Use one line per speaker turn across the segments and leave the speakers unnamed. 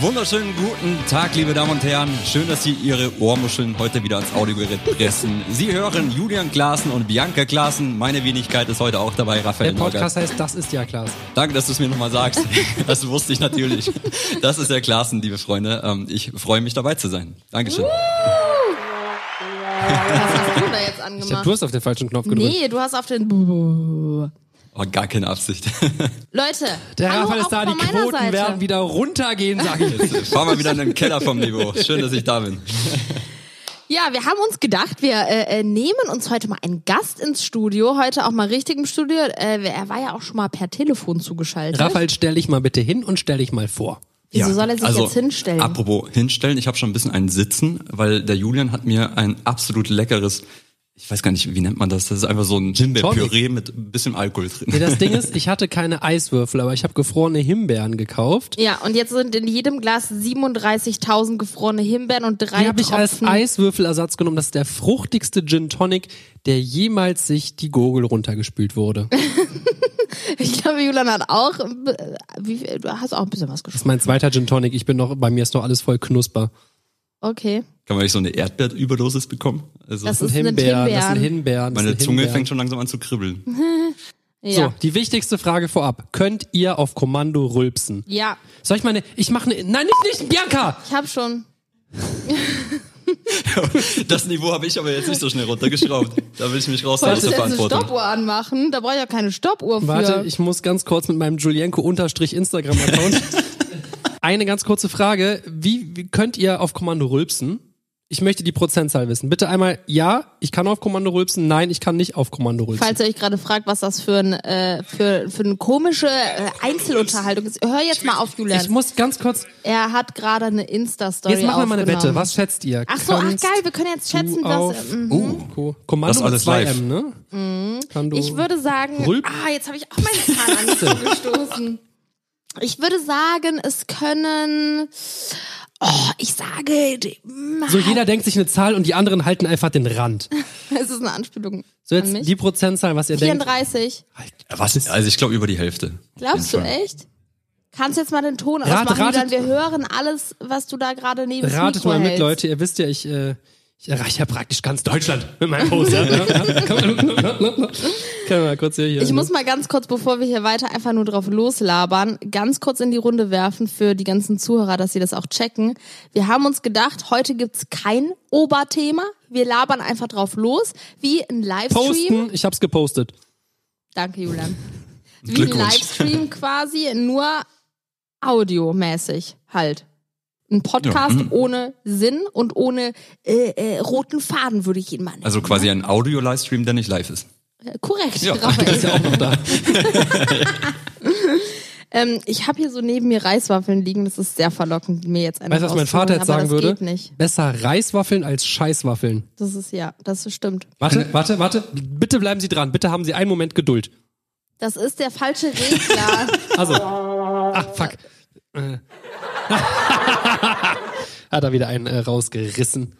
Wunderschönen guten Tag, liebe Damen und Herren. Schön, dass Sie Ihre Ohrmuscheln heute wieder ans Audiogerät pressen. Sie hören Julian Klaassen und Bianca Klaassen. Meine Wenigkeit ist heute auch dabei,
Der
Raphael Nogger.
Podcast heißt Das ist ja Klaas.
Danke, dass du es mir nochmal sagst. Das wusste ich natürlich. Das ist der Klaassen, liebe Freunde. Ähm, Ich freue mich, dabei zu sein. Dankeschön.
Was hast du da jetzt
Ich hab,
angemacht?
du hast auf den falschen Knopf gedrückt.
nee, du hast auf den. Leute,
Oh, gar keine Absicht.
Der
hallo
Rafael
auch
ist da, die
von meiner
Quoten
Seite.
werden wieder runtergehen, sag ich.
Jetzt fahren wir wieder in den Keller vom Niveau. Schön, dass ich da bin.
Ja, wir haben uns gedacht, wir äh, äh, nehmen uns heute mal einen Gast ins Studio, heute auch mal richtig im Studio. Äh, er war ja auch schon mal per Telefon zugeschaltet.
Raphael, stell dich mal bitte hin und stell dich mal vor.
Wieso soll er sich
also,
jetzt hinstellen?
Apropos hinstellen, ich habe schon ein bisschen einen Sitzen, weil der Julian hat mir ein absolut leckeres, ich weiß gar nicht, wie nennt man das? Das ist einfach so ein Himbeerpüree mit ein bisschen Alkohol drin.
Nee, das Ding ist, ich hatte keine Eiswürfel, aber ich habe gefrorene Himbeeren gekauft.
ja, und jetzt sind in jedem Glas 37.000 gefrorene Himbeeren und drei
Die habe ich als
Tropfen.
Eiswürfelersatz genommen. Das ist der fruchtigste Gin Tonic, der jemals sich die Gurgel runtergespült wurde. Das
ich glaube, Julian hat auch. äh, Wie, viel- du hast auch ein bisschen was
ist
geschrieben.
mein zweiter Gin Tonic. Ich bin noch, bei mir ist noch alles voll knusper.
Okay.
Kann man nicht so eine Erdbeerüberdosis bekommen? Also,
Das ist- sind
Himbeeren, das sind
Himbeeren.
Himbeeren. Das
meine
sind
Zunge
Himbeeren.
fängt schon langsam an zu kribbeln.
Ja.
So, die wichtigste Frage vorab. Könnt ihr auf Kommando rülpsen?
Ja,
Soll ich meine, ich mache eine, nein, nicht, nicht, Bianca!
ich habe schon.
Das Niveau habe ich aber jetzt nicht so schnell runtergeschraubt. Da will ich mich raus aus
Sollst du
der
jetzt eine
Verantwortung.
Stoppuhr anmachen? Da brauche ich ja keine Stoppuhr für.
Warte, ich muss ganz kurz mit meinem Julienko-Instagram-Account. eine ganz kurze Frage. Wie, wie könnt ihr auf Kommando rülpsen? Ich möchte die Prozentzahl wissen. Bitte einmal, ja, ich kann auf Kommando rülpsen, nein, ich kann nicht auf Kommando rülpsen.
Falls ihr euch gerade fragt, was das für, ein, äh, für, für eine komische äh, Einzelunterhaltung ist, hör jetzt mal auf,
ich
Julian.
muss ganz kurz,
Er hat gerade eine Insta-Story
jetzt machen wir mal eine Wette.
aufgenommen.
Was schätzt ihr?
Ach so, ach
Kannst
geil, wir können jetzt
du
schätzen,
auf,
was... Ähm,
Oh, Kommando
Das ist alles
mit 2M,
live.
ne? Kommando-
Mhm. ich würde sagen...
Rülp-
Ah, jetzt habe ich auch meine Zahlen an die Zunge gestoßen. Ich würde sagen, es können... Oh, ich sage... die-
So, jeder denkt sich eine Zahl und die anderen halten einfach den Rand.
Es ist eine Anspielung
So,
an
jetzt
mich.
die Prozentzahl, was ihr denkt. Halt,
34.
Was? Also ich glaube über die Hälfte.
Glaubst du
Auf jeden Fall.
echt? Kannst jetzt mal den Ton
Rat-
ausmachen,
ratet-
Julian. Wir hören alles, was du da gerade neben das
Ratet
Mikro
mal mit,
hältst.
Leute. Ihr wisst ja, ich, äh, ich erreiche ja praktisch ganz Deutschland mit meinem Post. Ja? Können wir mal kurz hier. hier
Ich muss mal ganz kurz, bevor wir hier weiter einfach nur drauf loslabern, ganz kurz in die Runde werfen für die ganzen Zuhörer, dass sie das auch checken. Wir haben uns gedacht, heute gibt's kein Oberthema. Wir labern einfach drauf los, wie ein Livestream.
posten. Ich hab's gepostet.
Danke, Julian. Wie ein
Glückwunsch.
Livestream quasi, nur audiomäßig halt. Ein Podcast
hm.
ohne Sinn und ohne äh, äh, roten Faden, würde ich ihn mal nennen.
Also quasi ein Audio-Livestream, der nicht live ist.
Äh, Korrekt,
Ja.
Raphael.
Ist ja auch noch da.
Ähm, ich habe hier so neben mir Reiswaffeln liegen. Das ist sehr verlockend, mir jetzt eine
Weißt du, was mein Vater jetzt
rauszuholen,
sagen
aber
würde?
Das geht nicht.
Besser Reiswaffeln als Scheißwaffeln.
Das ist ja, das stimmt.
Warte, warte, warte. Bitte bleiben Sie dran. Bitte haben Sie einen Moment Geduld.
Das ist der falsche Regler.
Also. Ah, fuck. Äh. Hat er wieder einen äh, rausgerissen.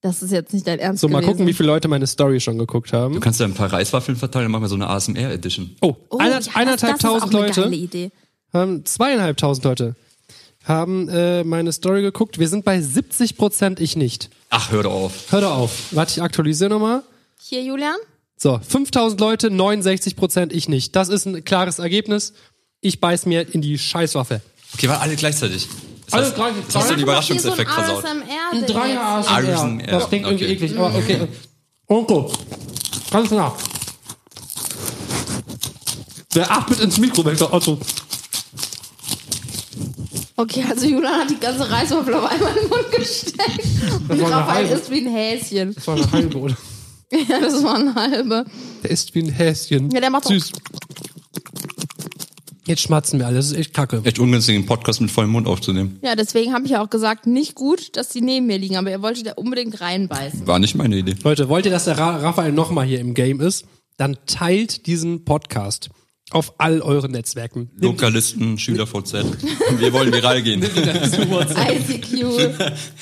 das ist jetzt nicht dein Ernst
So, mal
gewesen.
gucken, wie viele Leute meine Story schon geguckt haben.
Du kannst ja ein paar Reiswaffeln verteilen, dann machen wir so eine ASMR-Edition.
Oh,
Oh,
einer,
ja,
eineinhalb
das, das
tausend
ist auch eine
Leute.
Geile Idee.
haben zweieinhalbtausend Leute haben äh, meine Story geguckt. Wir sind bei 70 Prozent, ich nicht.
Ach, hör doch auf.
Hör doch auf. Warte, ich aktualisiere nochmal.
Hier, Julian.
So, 5000 Leute, 69 Prozent, ich nicht. Das ist ein klares Ergebnis. Ich beiß mir in die Scheißwaffe.
Okay, war alle gleichzeitig. Das
Alle
heißt,
gleich-
jetzt hast du den
Mach mal hier
Überraschungseffekt
so ein
versaut.
ASMR -Ding
Drei
jetzt.
ASMR.
ASMR,
Das klingt irgendwie
okay.
eklig, aber okay. Onkel, ganz nah. Der atmet ins Mikro, wenn ich sag, Otto.
Okay, also Julian hat die ganze Reiswaffel auf einmal in den Mund gesteckt. Und
war eine
Raphael
halbe.
ist wie ein Häschen.
Das war eine halbe, oder?
Ja, das war eine halbe.
Der ist wie ein Häschen.
Ja, der macht
Süß. Jetzt schmatzen wir alle, das ist echt kacke.
Echt ungünstig, einen Podcast mit vollem Mund aufzunehmen.
Ja, deswegen habe ich ja auch gesagt, nicht gut, dass die neben mir liegen, aber er wollte da unbedingt reinbeißen.
War nicht meine Idee.
Leute, wollt ihr, dass der Ra Raphael nochmal hier im Game ist? Dann teilt diesen Podcast auf all euren Netzwerken.
Lokalisten, Schüler VZ. Wir wollen viral gehen.
ICQ,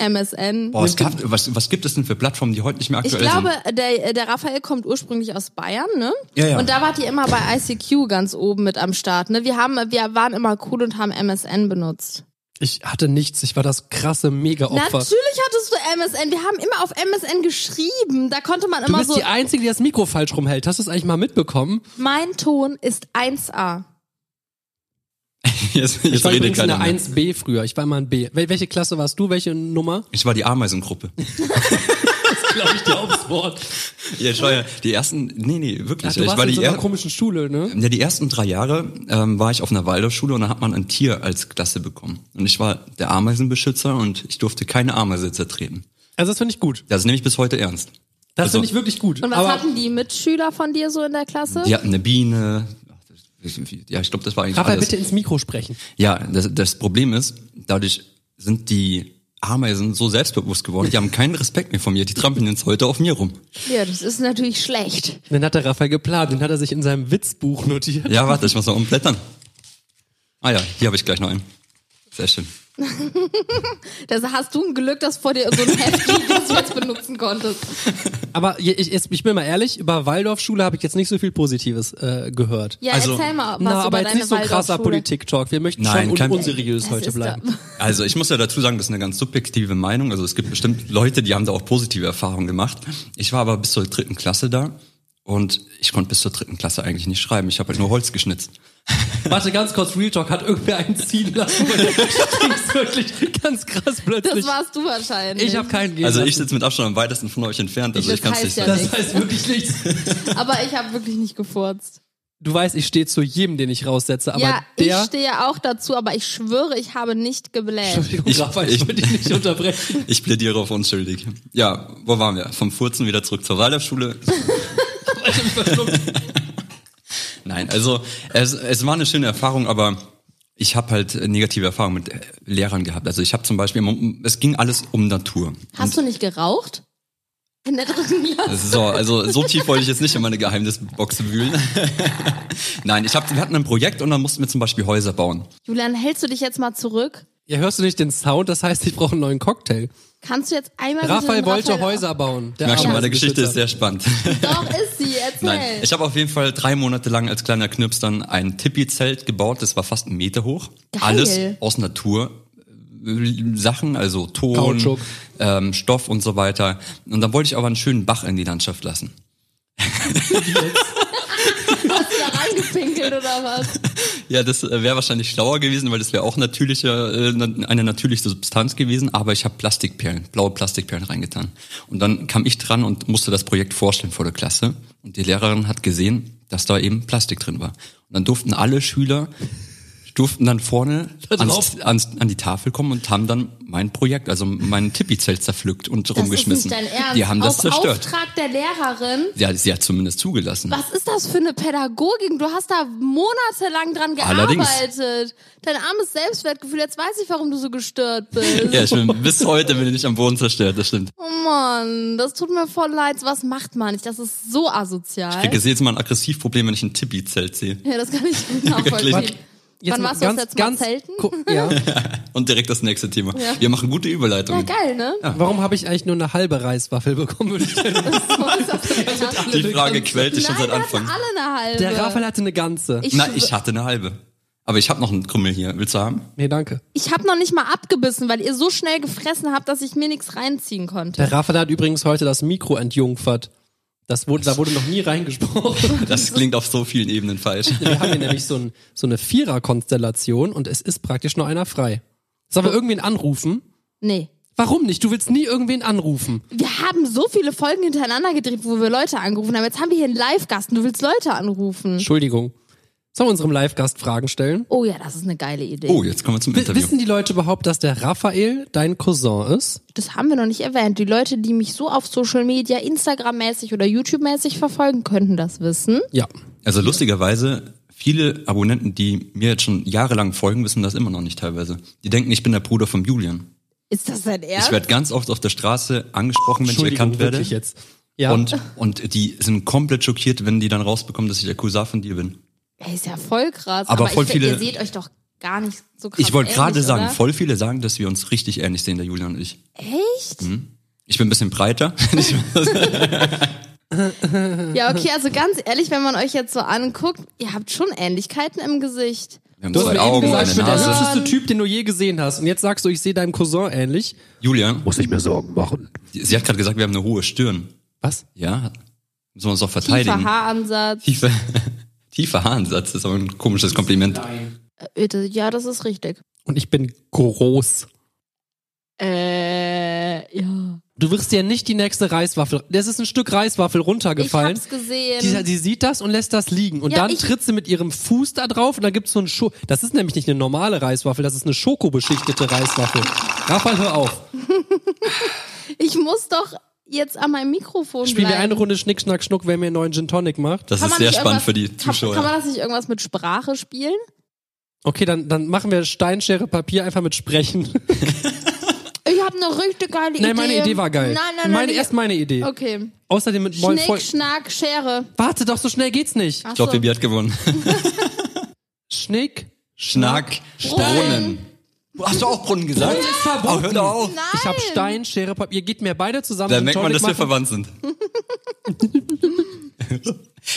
MSN.
Boah, Oh, es gab, was, was gibt es denn für Plattformen, die heute nicht mehr
Ich
aktuell
glaube,
sind?
der, der Raphael kommt ursprünglich aus Bayern, ne?
Ja, ja.
Und da wart ihr immer bei ICQ ganz oben mit am Start, ne? Wir haben, wir waren immer cool und haben MSN benutzt.
Ich hatte nichts. Ich war das krasse Mega-Opfer.
Natürlich hattest du MSN. Wir haben immer auf MSN geschrieben. Da konnte man
Du
immer
bist
so.
die Einzige, die das Mikro falsch rumhält. Hast du es eigentlich mal mitbekommen?
Mein Ton ist 1A.
Jetzt,
Ich
jetzt
war
redet
übrigens in
keiner
der
mehr.
1b früher. Ich war immer ein B. Wel welche Klasse warst du? Welche Nummer?
Ich war die Ameisengruppe.
Glaube ich dir aufs Wort.
Ja, ich war ja die ersten, nee, nee, wirklich.
Ach, du
ich
warst
war
in
die
so einer
er-
komischen Schule, ne?
Ja, die ersten drei Jahre ähm, war ich auf einer Waldorfschule und da hat man ein Tier als Klasse bekommen. Und ich war der Ameisenbeschützer und ich durfte keine Ameise zertreten.
Also das finde ich gut.
Das nehme ich bis heute ernst.
Das
Also-
finde ich wirklich gut.
Und was
Aber
hatten die Mitschüler von dir so in der Klasse?
Die hatten eine Biene. Ja, ich glaube, das war eigentlich
Raphael,
alles.
bitte ins Mikro sprechen.
Ja, das, das Problem ist, dadurch sind die Ameisen so selbstbewusst geworden. Die haben keinen Respekt mehr von mir. Die trampeln jetzt heute auf mir rum.
Ja, das ist natürlich schlecht.
Den hat der Raphael geplant. Den hat er sich in seinem Witzbuch notiert.
Ja, warte, ich muss noch umblättern. Ah ja, hier habe ich gleich noch einen. Sehr schön.
Das hast du ein Glück, dass vor dir so ein Heft liegt, das du jetzt benutzen konntest.
Aber je- ich, jetzt- ich bin mal ehrlich, über Waldorfschule habe ich jetzt nicht so viel Positives äh, gehört.
Ja,
Also-
erzähl mal was
Na,
über
aber jetzt
deine
nicht so krasser
Waldorfschule.
Politik-Talk. Wir möchten
Nein,
schon
kein-
un unseriös
Das
heute
ist
bleiben.
Da.
Also ich muss ja dazu sagen, das ist eine ganz subjektive Meinung. Also es gibt bestimmt Leute, die haben da auch positive Erfahrungen gemacht. Ich war aber bis zur dritten Klasse da und ich konnte bis zur dritten Klasse eigentlich nicht schreiben. Ich habe halt nur Holz geschnitzt.
Warte, ganz kurz, Real Talk hat irgendwer ein Ziel lassen. weil Das klingt's wirklich ganz krass plötzlich.
Das warst du wahrscheinlich.
ich habe keinen gehen
Also
lassen.
ich sitze mit Abstand am weitesten von euch entfernt. Also
Das
ich kann es
heißt
nicht
ja
sagen.
Das heißt wirklich nichts.
aber ich habe wirklich nicht gefurzt.
Du weißt, ich stehe zu jedem, den ich raussetze, aber
ja, ich
der...
stehe auch dazu, aber ich schwöre, ich habe nicht gebläht.
Entschuldigung,
Ich-
Raphael, ich,
ich-
wollte dich nicht unterbrechen.
Ich plädiere auf unschuldig. Ja, wo waren wir? Vom Furzen wieder zurück zur Waldorfschule.
Ich hab mich verschluckt.
Nein, also es, es war eine schöne Erfahrung, aber ich habe halt negative Erfahrungen mit äh, Lehrern gehabt. Also ich habe zum Beispiel, immer- es ging alles um Natur.
Hast du nicht geraucht? In der dritten Klasse?
So, also so tief wollte ich jetzt nicht in meine Geheimnisbox wühlen. Nein, ich hab, wir hatten ein Projekt und dann mussten wir zum Beispiel Häuser bauen.
Julian, hältst du dich jetzt mal zurück?
Ja, hörst du nicht den Sound? Das heißt, ich brauche einen neuen Cocktail.
Kannst du jetzt einmal bitte
Raphael
den
wollte Häuser bauen. Der
Ich merke schon,
Arme
meine
ist
Geschichte ist
Beschützer.
sehr spannend.
Doch, ist sie, erzähl.
Nein, ich habe auf jeden Fall drei Monate lang als kleiner Knips dann ein Tippi-Zelt gebaut. Das war fast einen Meter hoch.
Geil.
Alles aus Natur. äh, Sachen, also Ton,
Kautschuk.
ähm, Stoff und so weiter. Und dann wollte ich aber einen schönen Bach in die Landschaft lassen.
Hast du da reingepinkelt oder was?
Ja, das wäre wahrscheinlich schlauer gewesen, weil das wäre auch natürlicher, äh, na- eine natürliche Substanz gewesen, aber ich habe Plastikperlen, blaue Plastikperlen reingetan. Und dann kam ich dran und musste das Projekt vorstellen vor der Klasse. Und die Lehrerin hat gesehen, dass da eben Plastik drin war. Und dann durften alle Schüler, durften dann vorne
Da
ans,
drauf.
ans, an die Tafel kommen und haben dann mein Projekt, also mein Tippizelt zerpflückt und rumgeschmissen.
Das ist nicht dein Ernst.
Die haben das
Auf
zerstört.
Auftrag der Lehrerin.
Ja, sie hat zumindest zugelassen.
Was ist das für eine Pädagogik? Du hast da monatelang dran
Allerdings.
gearbeitet. Dein armes Selbstwertgefühl. Jetzt weiß ich, warum du so gestört bist.
Ja, ich bin, bis heute bin ich am Boden zerstört, das stimmt.
Oh Mann, das tut mir voll leid. Was macht man nicht? Das ist so asozial.
Ich sehe jetzt mal ein Aggressivproblem, wenn ich ein Tippi-Zelt sehe.
Ja, das kann ich gut
Wirklich.
nachvollziehen.
Jetzt
Wann
mal
warst du das letzte Mal zelten?
ko- Ja.
Und direkt das nächste Thema.
Ja.
Wir machen gute
Ja,
Überleitungen.
geil, ne?
Ah.
Warum habe ich eigentlich nur eine halbe Reiswaffel bekommen?
So ist das gedacht.
Die Frage quält dich schon
Nein,
seit
wir hatten
Anfang.
alle eine halbe.
Der Raphael hatte eine ganze.
ich,
Na,
schwö-
ich hatte eine halbe. Aber ich habe noch einen Krümmel hier. Willst du haben?
nee, danke.
ich habe noch nicht mal abgebissen, weil ihr so schnell gefressen habt, dass ich mir nichts reinziehen konnte.
Der Raphael hat übrigens heute das Mikro entjungfert. Das wurde, da wurde noch nie reingesprochen.
Das klingt auf so vielen Ebenen falsch.
Wir haben hier nämlich so, ein, so eine Vierer-Konstellation und es ist praktisch nur einer frei. Sollen wir irgendwen anrufen?
Nee.
Warum nicht? Du willst nie irgendwen anrufen.
Wir haben so viele Folgen hintereinander gedreht, wo wir Leute angerufen haben. Jetzt haben wir hier einen Live-Gast und du willst Leute anrufen.
Entschuldigung. Sollen wir unserem Live-Gast Fragen stellen?
Oh ja, das ist eine geile Idee.
Oh, jetzt kommen wir zum
W
Interview.
wissen die Leute überhaupt, dass der Raphael dein Cousin ist?
Das haben wir noch nicht erwähnt. Die Leute, die mich so auf Social Media, Instagram-mäßig oder YouTube-mäßig verfolgen, könnten das wissen.
Ja.
Also lustigerweise, viele Abonnenten, die mir jetzt schon jahrelang folgen, wissen das immer noch nicht teilweise. Die denken, ich bin der Bruder von Julian.
Ist das dein Ernst?
Ich werde ganz oft auf der Straße angesprochen, wenn ich erkannt werde.
wirklich jetzt. Ja.
Und, und die sind komplett schockiert, wenn die dann rausbekommen, dass ich der Cousin von dir bin.
Ey, ist ja voll krass.
Aber voll
ich, finde,
viele-
ihr seht euch doch gar nicht so krass.
Ich wollte gerade
ähnlich,
sagen,
oder?
voll viele sagen, dass wir uns richtig ähnlich sehen, der Julian und ich.
Echt?
Hm? Ich bin ein bisschen breiter.
Ja, okay, also ganz ehrlich, wenn man euch jetzt so anguckt, ihr habt schon Ähnlichkeiten im Gesicht.
Wir haben
Du hast
zwei
mir eben
Augen,
gesagt, ich
eine
bin der
Nase.
hübscheste Typ, den du je gesehen hast. Und jetzt sagst du, ich sehe deinem Cousin ähnlich.
Julia,
Muss ich mir Sorgen machen.
sie hat gerade gesagt, wir haben eine hohe Stirn.
Was?
Ja, müssen wir uns doch verteidigen.
Tiefer Haaransatz.
Tiefer, tiefer Haaransatz ist aber ein komisches Kompliment.
Bitte, Ja, das ist richtig.
Und ich bin groß.
Äh, ja.
Du wirst dir nicht die nächste Reiswaffel. Das ist ein Stück Reiswaffel runtergefallen.
Ich hab's gesehen.
Die, die sieht das und lässt das liegen. Und
Ja,
dann
ich-
tritt sie mit ihrem Fuß da drauf und dann gibt's so ein Scho. Das ist nämlich nicht eine normale Reiswaffel, das ist eine schokobeschichtete Reiswaffel. Raphael, hör auf.
ich muss doch jetzt an meinem Mikrofon
Spielen wir
bleiben.
eine Runde Schnick, Schnack, Schnuck, wer mir einen neuen Gin Tonic macht.
Das
Kann
ist
man
sehr
nicht
spannend
irgendwas-
für die Zuschauer.
Kann, kann man das nicht irgendwas mit Sprache spielen?
Okay, dann, dann machen wir Stein, Schere, Papier einfach mit Sprechen.
Ich habe eine richtig geile Idee.
nein, meine Idee war geil.
Nein, nein, nein.
meine,
ich-
erst meine Idee.
Okay.
Außerdem mit neuen
Schnick,
Freunden.
Schnack, Schere.
Warte doch, so schnell geht's nicht.
ich glaube,
Achso.
Bibi hat gewonnen.
Schnick.
Schnack, Brunnen. Hast du auch Brunnen gesagt?
Brunnen ist verboten.
Oh, hör doch auf.
Ich hab Stein, Schere, Papier. Geht mir beide zusammen.
Da
Gin
merkt man,
Tonic
dass wir
machen.
verwandt sind.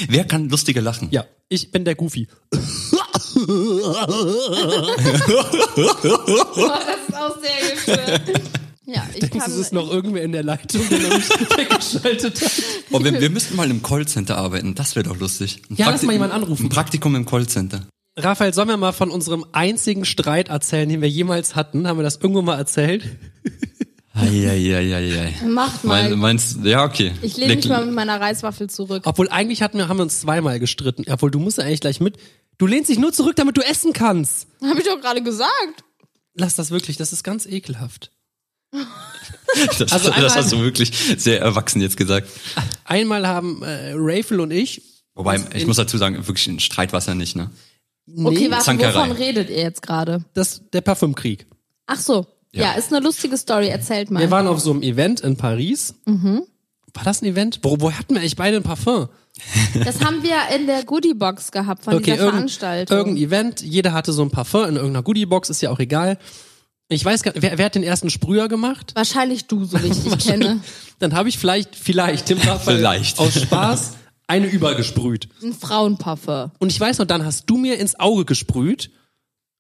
Wer kann lustiger lachen?
Ja, ich bin der Goofy.
Oh, das ist auch sehr geschön. ja, ich
Denkst
kann.
du, es ist noch irgendwer in der Leitung, der noch nicht weggeschaltet hat?
Oh, wir, wir müssten mal im Callcenter arbeiten. Das wäre doch lustig. Ein
Ja, lass
Prakti-
mal jemanden anrufen.
Ein Praktikum im Callcenter.
Raphael, sollen wir mal von unserem einzigen Streit erzählen, den wir jemals hatten? Haben wir das irgendwo mal erzählt?
Eieieiei.
Macht mal.
Mein, meinst, ja, okay.
ich lehne mich
Leg-
mal mit meiner Reiswaffel zurück.
Obwohl, eigentlich hatten wir, haben wir uns zweimal gestritten. Obwohl, du musst ja eigentlich gleich mit. Du lehnst dich nur zurück, damit du essen kannst.
Hab ich doch gerade gesagt.
Lass das wirklich, das ist ganz ekelhaft.
Das,
Also einmal-
das hast du wirklich sehr erwachsen jetzt gesagt.
Einmal haben äh, Raphael und ich.
Wobei,
uns
ich
in-
muss dazu sagen, wirklich ein Streit war es ja nicht, ne?
Nee,
Okay, warte,
Zankerei.
wovon redet ihr jetzt gerade?
das, der Parfümkrieg.
Ach so.
Ja.
Ja. ist eine lustige Story. Erzählt mal.
Wir waren auf so einem Event in Paris.
Mhm.
War das ein Event? Wo, wo hatten wir eigentlich beide ein Parfum?
Das haben wir in der Goodiebox gehabt von dieser
irgend-
Veranstaltung.
Irgendein Event, jeder hatte so ein Parfum in irgendeiner Goodiebox, ist ja auch egal. Ich weiß gar nicht, wer, wer hat den ersten Sprüher gemacht?
Wahrscheinlich du, so wie ich dich kenne.
Dann habe ich vielleicht, vielleicht, Tim Raphael,
Vielleicht.
aus Spaß eine übergesprüht.
Ein Frauenparfum.
Und ich weiß noch, dann hast du mir ins Auge gesprüht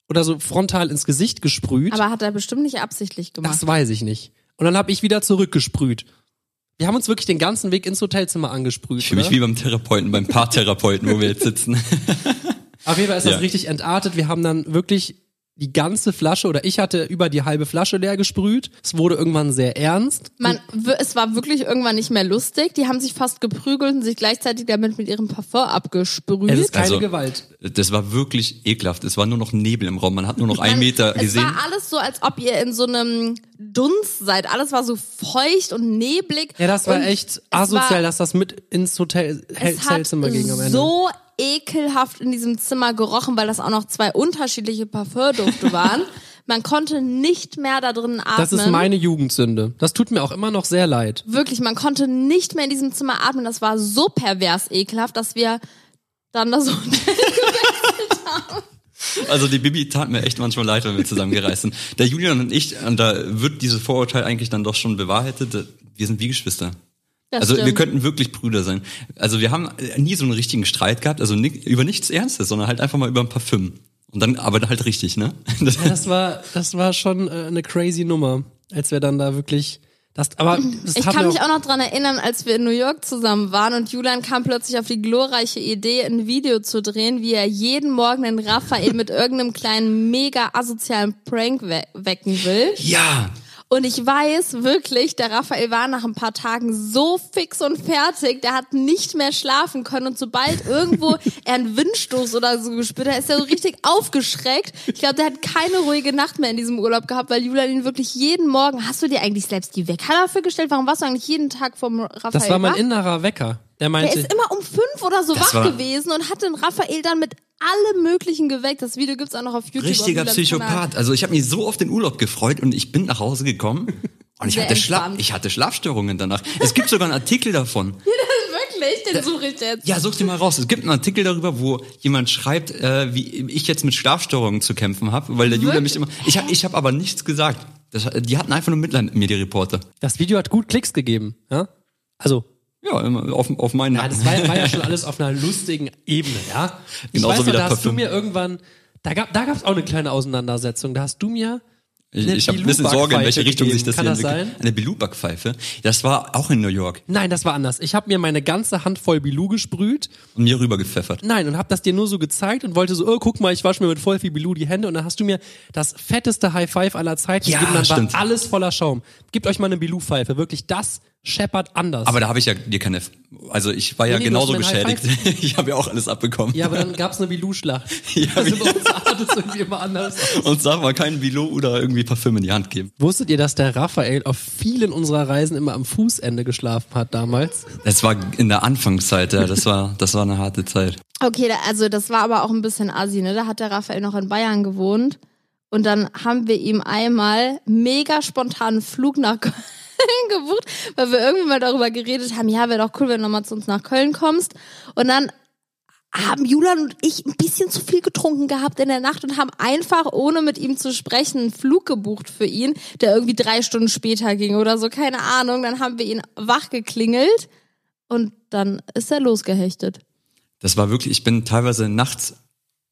oder so frontal ins Gesicht gesprüht.
Aber hat er bestimmt nicht absichtlich gemacht.
das weiß ich nicht. Und dann habe ich wieder zurückgesprüht. Wir haben uns wirklich den ganzen Weg ins Hotelzimmer angesprüht.
Ich fühle mich
oder?
wie beim Therapeuten, beim Paartherapeuten, wo wir jetzt sitzen.
Auf jeden Fall ist
Ja.
das richtig entartet. Wir haben dann wirklich die ganze Flasche oder ich hatte über die halbe Flasche leer gesprüht. Es wurde irgendwann sehr ernst.
Man, w- es war wirklich irgendwann nicht mehr lustig. Die haben sich fast geprügelt und sich gleichzeitig damit mit ihrem Parfum abgesprüht.
Es ist keine
Also,
Gewalt.
Das war wirklich ekelhaft. Es war nur noch Nebel im Raum. Man hat nur noch einen
Man-
Meter
es
gesehen.
war alles so, als ob ihr in so einem Dunst seid. Alles war so feucht und neblig.
Ja, das war
und
echt
war-
asozial, dass das mit ins Hotel
es hat
Hotelzimmer ging am Ende.
so ekelhaft in diesem Zimmer gerochen, weil das auch noch zwei unterschiedliche Parfümdufte waren. Man konnte nicht mehr da drin atmen.
das ist meine Jugendsünde. Das tut mir auch immer noch sehr leid.
Wirklich, man konnte nicht mehr in diesem Zimmer atmen. Das war so pervers ekelhaft, dass wir dann da so
Also die Bibi tat mir echt manchmal leid, wenn wir zusammengereist sind. Der Julian und ich, und da wird dieses Vorurteil eigentlich dann doch schon bewahrheitet. Wir sind wie Geschwister.
Das
also wir
stimmt.
könnten wirklich Brüder sein. Also wir haben nie so einen richtigen Streit gehabt, also ni über nichts Ernstes, sondern halt einfach mal über ein Parfüm. Und dann, aber halt richtig, ne? Das,
Das war, das war schon äh, eine crazy Nummer, als wir dann da wirklich. Das, aber das
Ich
hat
kann
mir
mich auch noch dran erinnern, als wir in New York zusammen waren und Julian kam plötzlich auf die glorreiche Idee, ein Video zu drehen, wie er jeden Morgen den Raphael mit irgendeinem kleinen mega asozialen Prank we wecken will.
ja!
Und ich weiß wirklich, der Raphael war nach ein paar Tagen so fix und fertig, der hat nicht mehr schlafen können und sobald irgendwo er einen Windstoß oder so gespürt hat, ist er so richtig aufgeschreckt. Ich glaube, der hat keine ruhige Nacht mehr in diesem Urlaub gehabt, weil Julian ihn wirklich jeden Morgen, hast du dir eigentlich selbst die Wecker dafür gestellt? Warum warst du eigentlich jeden Tag vom Raphael
das war mein
wach?
innerer Wecker. Der
Der
meinte,
ist immer um fünf oder so wach
war-
gewesen und hat den Raphael dann mit allem möglichen geweckt. Das Video gibt's auch noch auf YouTube. auf
Richtiger
Julians Kanal.
Psychopath. Also ich habe mich so auf den Urlaub gefreut und ich bin nach Hause gekommen und ich
Sehr
hatte, Schla
entspannt.
ich hatte Schlafstörungen danach. Es gibt sogar einen Artikel davon.
Wirklich, den suche ich jetzt.
Ja, such dir mal raus. Es gibt einen Artikel darüber, wo jemand schreibt, äh, wie ich jetzt mit Schlafstörungen zu kämpfen habe, weil der Julia mich immer. Ich habe ich hab aber nichts gesagt. Das, die hatten einfach nur Mitleid mit mir, die Reporter.
das Video hat gut Klicks gegeben. Ja? Also,
Ja, immer auf, auf meinen
Ah, Ja,
Nacken.
das war, war ja schon alles auf einer lustigen Ebene, ja. Ich
Genauso
weiß
wie
noch,
der
da hast du
Parfüm.
mir irgendwann, Da gab es da gab's auch eine kleine Auseinandersetzung. Da hast du mir.
Ich,
eine
ich habe ein bisschen
Bilou-Backpfeife
Sorge, in welche Richtung sich
gegeben.
das
Kann
hier
das
entwickelt.
sein?
Eine Belubak-Pfeife. Das war auch in New York.
Nein, das war anders. Ich habe mir meine ganze Handvoll Bilou gesprüht.
Und mir rüber gepfeffert.
Nein, und habe das dir nur so gezeigt und wollte so, oh, guck mal, ich wasche mir mit voll viel Bilou die Hände. Und dann hast du mir das fetteste High Five aller Zeiten
Ja,
gegeben. Dann
stimmt.
war alles voller Schaum. Gebt euch mal eine Bilou-Pfeife. Wirklich, das scheppert anders.
Aber da habe ich ja dir keine. Also ich war ja
Nee, nee, du
genauso
hast mir ein High
geschädigt. Ich habe ja auch alles abbekommen.
ja, aber dann gab's eine Bilou-Schlacht.
Ja,
also
wie-
bei uns sah das irgendwie immer anders aus.
Und sag mal, kein Bilo oder irgendwie Parfüm in die Hand geben.
Wusstet ihr, dass der Raphael auf vielen unserer Reisen immer am Fußende geschlafen hat damals?
Das war in der Anfangszeit, ja. Das war, das war eine harte Zeit.
Okay, da, also das war aber auch ein bisschen assi, ne? Da hat der Raphael noch in Bayern gewohnt. Und dann haben wir ihm einmal mega spontanen Flug nach Köln gebucht, weil wir irgendwie mal darüber geredet haben, ja, wäre doch cool, wenn du nochmal zu uns nach Köln kommst. Und dann haben Julian und ich ein bisschen zu viel getrunken gehabt in der Nacht und haben einfach, ohne mit ihm zu sprechen, einen Flug gebucht für ihn, der irgendwie drei Stunden später ging oder so, keine Ahnung. Dann haben wir ihn wach geklingelt und dann ist er losgehechtet.
Das war wirklich, ich bin teilweise nachts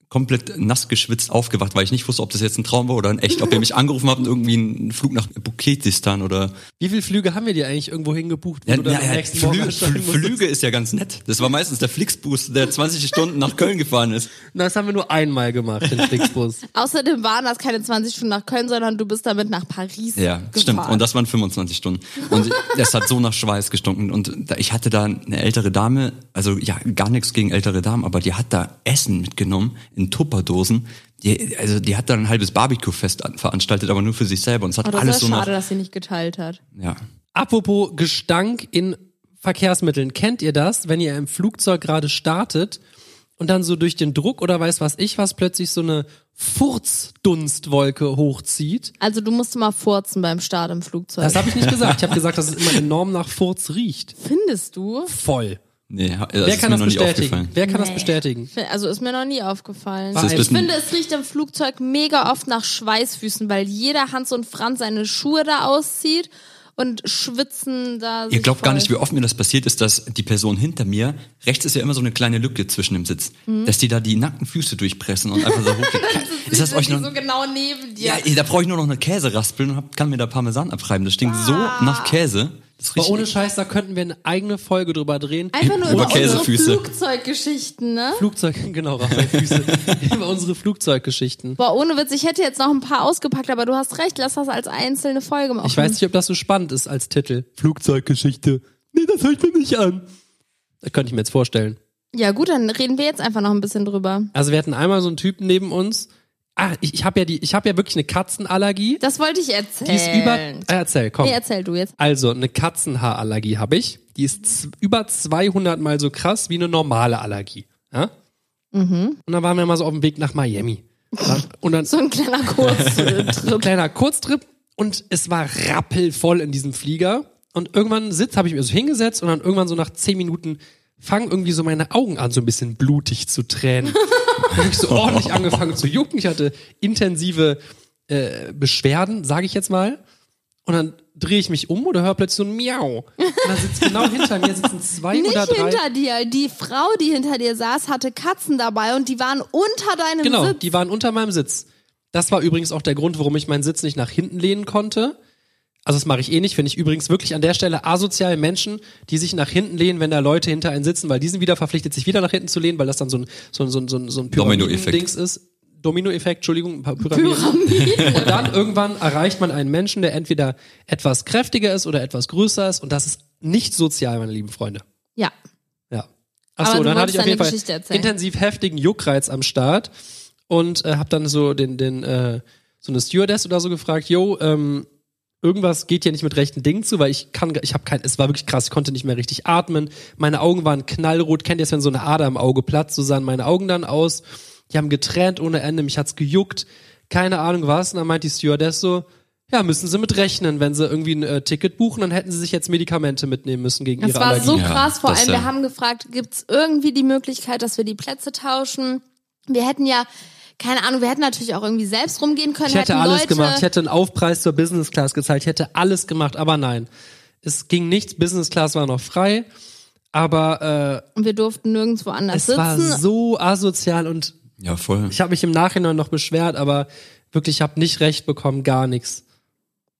komplett nass geschwitzt aufgewacht, weil ich nicht wusste, ob das jetzt ein Traum war oder ein echt. Ob ihr mich angerufen habt und irgendwie einen Flug nach Bukistan oder.
Wie viele Flüge haben wir dir eigentlich irgendwo hingebucht? wo
Ja,
du dann
ja,
am
ja,
nächsten Morgen
Flü Flü
ansteigen musstest?
Flüge ist ja ganz nett. Das war meistens der Flixbus, der 20 Stunden nach Köln gefahren ist.
Na, Das haben wir nur einmal gemacht, den Flixbus.
Außerdem waren das keine 20 Stunden nach Köln, sondern du bist damit nach Paris
Ja,
gefahren.
stimmt. Und das waren 25 Stunden. Und es hat so nach Schweiß gestunken. Und da, ich hatte da eine ältere Dame, also ja, gar nichts gegen ältere Damen, aber die hat da Essen mitgenommen in Tupperdosen. Die, also die hat da ein halbes Barbecue-Fest an- veranstaltet, aber nur für sich selber. Und es hat
Oder
alles
ist
so
Oh, das
nach...
schade, dass sie nicht geteilt hat.
Ja.
Apropos Gestank in Verkehrsmitteln. Kennt ihr das, wenn ihr im Flugzeug gerade startet und dann so durch den Druck oder weiß was ich was plötzlich so eine Furzdunstwolke hochzieht?
Also du musst mal furzen beim Start im Flugzeug.
Das habe ich nicht gesagt. Ich habe gesagt, dass es immer enorm nach Furz riecht.
Findest du?
Voll.
Nee, ha- also
Wer
ist
kann
mir
das
noch nie
bestätigen?
aufgefallen.
Wer kann das
Nee.
bestätigen?
Also ist mir noch nie aufgefallen.
Das ist
Ich
bisschen-
finde, es riecht im Flugzeug mega oft nach Schweißfüßen, weil jeder Hans und Franz seine Schuhe da auszieht und schwitzen da.
Ihr glaubt gar nicht, wie oft mir das passiert ist, dass die Person hinter mir, rechts ist ja immer so eine kleine Lücke zwischen dem Sitz,
Mhm.
dass die da die nackten Füße durchpressen und einfach so hochgehen. ist das euch noch...
so genau neben dir.
Ja, ey, da brauche ich nur noch eine Käseraspeln und hab, kann mir da Parmesan abreiben. Das stinkt so nach Käse. Das
Aber
riecht
ohne Scheiß, da könnten wir eine eigene Folge drüber drehen.
Einfach nur über,
Über
unsere
Käsefüße.
Flugzeuggeschichten, ne?
Flugzeug, genau, Raphael Füße. Über unsere Flugzeuggeschichten.
Boah, ohne Witz, ich hätte jetzt noch ein paar ausgepackt, aber du hast recht, lass das als einzelne Folge machen.
Ich weiß nicht, ob das so spannend ist als Titel. Flugzeuggeschichte. Nee, das hört mir nicht an. Das könnte ich mir jetzt vorstellen.
Ja gut, dann reden wir jetzt einfach noch ein bisschen drüber.
Also wir hatten einmal so einen Typen neben uns. Ah, ich, ich habe ja die, ich habe ja wirklich eine Katzenallergie.
Das wollte ich
Die ist
erzählen.
über. Äh, erzähl, komm.
Nee, erzähl du jetzt.
Also, eine Katzenhaarallergie habe ich. Die ist z- über 200 Mal so krass wie eine normale Allergie. Ja? Und dann waren wir mal so auf dem Weg nach Miami. Und dann
So ein kleiner Kurs. äh,
so ein kleiner Kurztrip und es war rappelvoll in diesem Flieger. Und irgendwann sitz habe ich mir so hingesetzt und dann irgendwann so nach zehn Minuten fangen irgendwie so meine Augen an, so ein bisschen blutig zu tränen. Hab ich so ordentlich angefangen zu jucken. Ich hatte intensive äh, Beschwerden, sage ich jetzt mal. Und dann drehe ich mich um oder höre plötzlich so ein Miau. Und dann sitzt genau hinter mir sitzen zwei
Nicht
oder drei.
hinter dir. Die Frau, die hinter dir saß, hatte Katzen dabei und die waren unter deinem
Genau,
Sitz.
die waren unter meinem Sitz. Das war übrigens auch der Grund, warum ich meinen Sitz nicht nach hinten lehnen konnte. Also das mache ich eh nicht, finde ich übrigens wirklich an der Stelle asozial Menschen, die sich nach hinten lehnen, wenn da Leute hinter einen sitzen, weil die sind wieder verpflichtet, sich wieder nach hinten zu lehnen, weil das dann so ein, so ein, so ein, so ein, so ein
Dominoeffekt.
Pyramiden-Dings ist. Domino-Effekt, Entschuldigung, ein paar Pyramiden.
Pyramiden.
Und dann irgendwann erreicht man einen Menschen, der entweder etwas kräftiger ist oder etwas größer ist und das ist nicht sozial, meine lieben Freunde.
ja.
Ja.
Aber
Achso,
du
dann hatte
wolltest
ich auf jeden
deine Geschichte
Fall
erzählen.
intensiv heftigen Juckreiz am Start und äh, hab dann so den, den, äh, so eine Stewardess oder so gefragt, yo, ähm, irgendwas geht hier nicht mit rechten Dingen zu, weil ich kann, ich habe kein, es war wirklich krass, ich konnte nicht mehr richtig atmen, meine Augen waren knallrot, kennt ihr das, wenn so eine Ader im Auge platzt, so sahen meine Augen dann aus, die haben getränt ohne Ende, mich hat's gejuckt, keine Ahnung was, und dann meint die Stewardess so, ja, müssen sie mit rechnen, wenn sie irgendwie ein äh, Ticket buchen, dann hätten sie sich jetzt Medikamente mitnehmen müssen gegen
Das
ihre
war
Allergie.
so
Ja,
krass. Vor
das,
allem, wir
äh,
haben gefragt, gibt's irgendwie die Möglichkeit, dass wir die Plätze tauschen? Wir hätten ja, keine Ahnung, wir hätten natürlich auch irgendwie selbst rumgehen können.
Ich hätte
hätten
alles
Leute,
gemacht. Ich hätte einen Aufpreis zur Business Class gezahlt. Ich hätte alles gemacht, aber nein. Es ging nichts. Business Class war noch frei. Aber
und wir durften nirgendwo
äh,
anders
es war
sitzen.
so asozial und
Ja, voll.
Ich habe mich im Nachhinein noch beschwert, aber wirklich, ich habe nicht recht bekommen, gar nichts.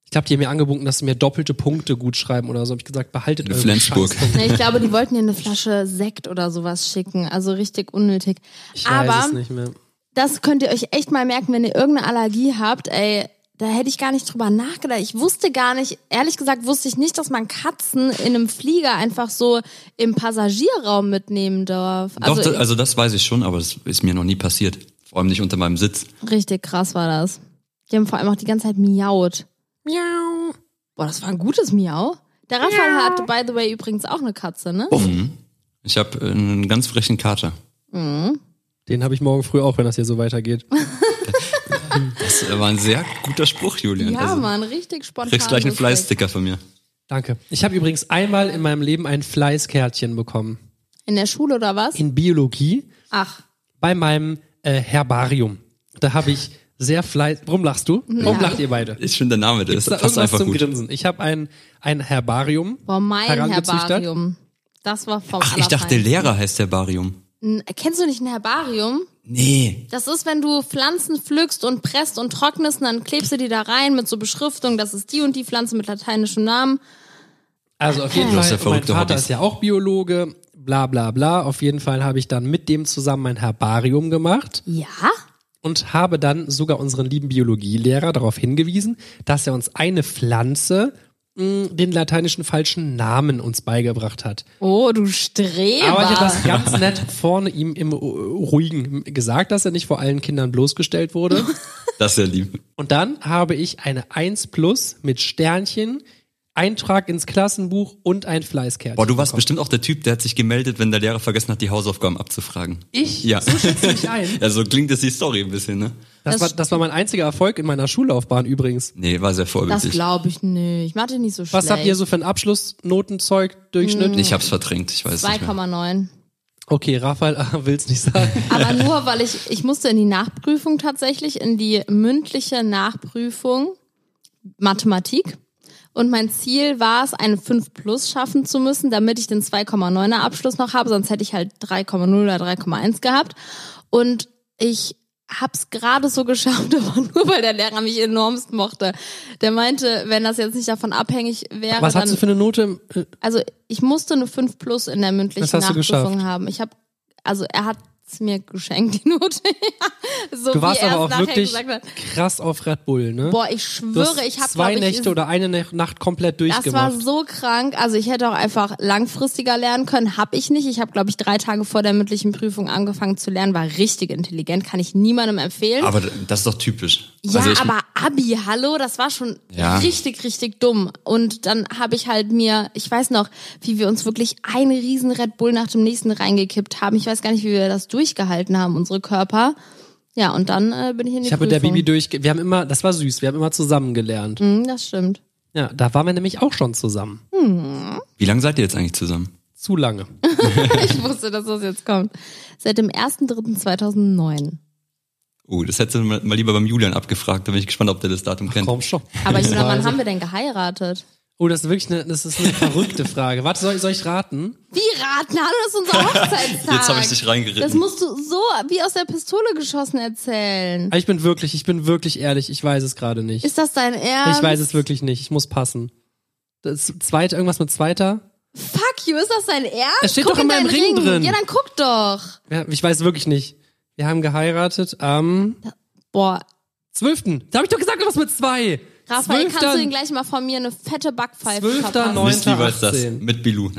Ich glaube, die haben mir angeboten, dass sie mir doppelte Punkte gut schreiben oder so. Hab ich gesagt, behaltet
In
eure
Flensburg.
Scheißpunkte.
Nee, ich glaube, die wollten dir eine Flasche Sekt oder sowas schicken. Also richtig unnötig.
Ich
Aber
weiß es nicht mehr.
das könnt ihr euch echt mal merken, wenn ihr irgendeine Allergie habt, ey, da hätte ich gar nicht drüber nachgedacht. Ich wusste gar nicht, ehrlich gesagt wusste ich nicht, dass man Katzen in einem Flieger einfach so im Passagierraum mitnehmen darf.
Doch,
Also,
also, also das weiß ich schon, aber das ist mir noch nie passiert. Vor allem nicht unter meinem Sitz.
also-
richtig krass war das. Die haben vor allem auch die ganze Zeit miaut.
Miau.
Boah, das war ein gutes Miau. Der Raphael hatte, by the way, übrigens auch eine Katze, ne?
Ich habe einen ganz frechen Kater.
Den habe ich morgen früh auch, wenn das hier so weitergeht.
Das war ein sehr guter Spruch, Julian.
ja,
also,
Mann, richtig spontan.
du kriegst gleich einen
lustig.
Fleißsticker von mir.
Danke. Ich habe übrigens einmal in meinem Leben ein Fleißkärtchen bekommen.
In der Schule oder was?
In Biologie
Ach,
bei meinem äh, Herbarium. Da habe ich sehr fleiß. Warum lachst du? Warum
Ja.
lacht ihr beide?
Ich finde, der Name, der ist,
Ist da
passt
irgendwas
einfach
zum
gut.
Grinsen? Ich habe ein, ein Herbarium.
boah, mein
herangezüchtet.
Herbarium. Das war vom
Ach, ich dachte,
Allerfeinsten.
Lehrer heißt Herbarium.
N- Kennst du nicht ein Herbarium?
Nee.
Das ist, wenn du Pflanzen pflückst und presst und trocknest, und dann klebst du die da rein mit so Beschriftung, das ist die und die Pflanze mit lateinischem Namen.
Also auf jeden
Du hast
Fall,
ja
mein
verrückte
Vater
Hobbys.
ist ja auch Biologe, bla bla bla. Auf jeden Fall habe ich dann mit dem zusammen mein Herbarium gemacht
Ja?
und habe dann sogar unseren lieben Biologielehrer darauf hingewiesen, dass er uns eine Pflanze mh, den lateinischen falschen Namen uns beigebracht hat.
Oh, du Streber.
Aber ich habe das ganz nett vorne ihm im äh, Ruhigen gesagt, dass er nicht vor allen Kindern bloßgestellt wurde.
Das ist ja lieb.
Und dann habe ich eine 1 plus mit Sternchen, Eintrag ins Klassenbuch und ein Fleißkärtchen.
Boah, du warst bestimmt auch der Typ, der hat sich gemeldet, wenn der Lehrer vergessen hat, die Hausaufgaben abzufragen.
Ich?
Ja.
So schätze ich ein.
Ja, so klingt es die Story ein bisschen, ne?
Das,
Das
war, das war mein einziger Erfolg in meiner Schullaufbahn übrigens.
Nee, war sehr
das
vorbildlich.
glaube ich nicht. Ich mach dich nicht so schlecht. Hm.
Was habt ihr so für einen Abschlussnotenzeug, Durchschnitt?
Ich hab's verdrängt, ich weiß nicht mehr.
2,9.
Okay, Raphael will's nicht sagen.
Aber nur, weil ich, ich musste in die Nachprüfung tatsächlich, in die mündliche Nachprüfung Mathematik. Und mein Ziel war es, eine 5 plus schaffen zu müssen, damit ich den 2,9er Abschluss noch habe. Sonst hätte ich halt 3,0 oder 3,1 gehabt. Und ich hab's gerade so geschafft, aber nur weil der Lehrer mich enormst mochte. Der meinte, wenn das jetzt nicht davon abhängig wäre,
Was
dann
hast du für eine Note? im- äh,
also ich musste eine 5 plus in der mündlichen
Das hast du
Nachprüfung
geschafft.
haben. Ich habe, also er hat es mir geschenkt, die Note. so
Du warst
wie er
aber
es
auch
nachher
wirklich
gesagt hat.
krass auf Red Bull, ne?
Boah, ich
du hast
schwöre, ich habe
zwei Nächte oder eine Nä- Nacht komplett
das war
durchgemacht.
so krank. Also ich hätte auch einfach langfristiger lernen können. Hab ich nicht. Ich habe, glaube ich, drei Tage vor der mündlichen Prüfung angefangen zu lernen. War richtig intelligent. Kann ich niemandem empfehlen.
Aber das ist doch typisch.
Ja,
Also ich-
aber Abi, hallo, das war schon
Ja.
richtig, richtig dumm. Und dann habe ich halt mir, ich weiß noch, wie wir uns wirklich einen riesen Red Bull nach dem nächsten reingekippt haben. Ich weiß gar nicht, wie wir das durchgehalten haben, unsere Körper. Ja, und dann äh, bin ich in die
ich habe mit
Prüfung.
der Bibi durch. Wir haben immer, das war süß. Wir haben immer zusammen gelernt.
Hm, das stimmt.
Ja, da waren wir nämlich auch schon zusammen.
Wie lange seid ihr jetzt eigentlich zusammen?
Zu lange.
Ich wusste, dass das jetzt kommt. Seit dem 1.3.2009.
Oh, das hättest du mal mal lieber beim Julian abgefragt. Da bin ich gespannt, ob der das Datum kennt.
Komm schon.
Aber
Das
Juna,
war
wann
also-
haben wir denn geheiratet?
Oh, das ist wirklich eine, das ist eine verrückte Frage. Warte, soll, ich- soll ich raten?
Wie raten? Hallo, das ist unser Hochzeitstag.
Jetzt habe ich dich reingeritten.
Das musst du so wie aus der Pistole geschossen erzählen.
Also
Aber Ich bin wirklich, ich bin wirklich ehrlich. Ich weiß es gerade nicht.
Ist das dein Ernst?
Ich weiß es wirklich nicht. Ich muss passen. Das zweite, irgendwas mit zweiter?
Fuck you, ist das dein Ernst?
Es steht
guck
doch in
deinen
meinem Ring drin.
Ja, dann guck doch.
Ja, ich weiß wirklich nicht. Wir haben geheiratet am
Boah,
12. Da habe ich doch gesagt, irgendwas mit zwei.
Raphael, kannst du den
Zwölfter-
gleich mal von mir eine fette Backpfeife
12.
verpassen?
Neun-
Mist, wie war es das?
18.
Mit Bilou.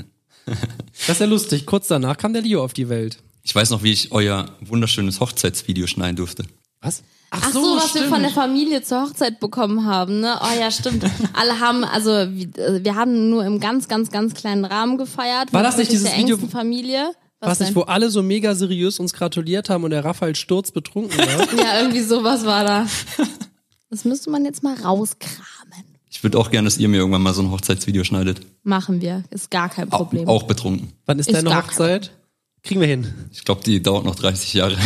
Das ist ja lustig. Kurz danach kam der Leo auf die Welt.
Ich weiß noch, wie ich euer wunderschönes Hochzeitsvideo schneiden durfte.
Was?
Ach so, was wir von der Familie zur Hochzeit bekommen haben, ne? Oh ja, stimmt. Alle haben, also wir, äh, wir haben nur im ganz, ganz, ganz kleinen Rahmen gefeiert.
War
mit
das nicht
wirklich
dieses
der engsten
Video-
Familie?
was nicht,
denn?
wo alle so mega seriös uns gratuliert haben und der Raphael Sturz betrunken war.
Ja, irgendwie sowas war da. Das müsste man jetzt mal rauskramen.
Ich würde auch gerne, dass ihr mir irgendwann mal so ein Hochzeitsvideo schneidet.
Machen wir. Ist gar kein
Au-
Problem.
Auch betrunken.
Wann ist,
Ist
deine
gar kein
Hochzeit? Kriegen wir hin.
Ich glaube, die dauert noch 30 Jahre.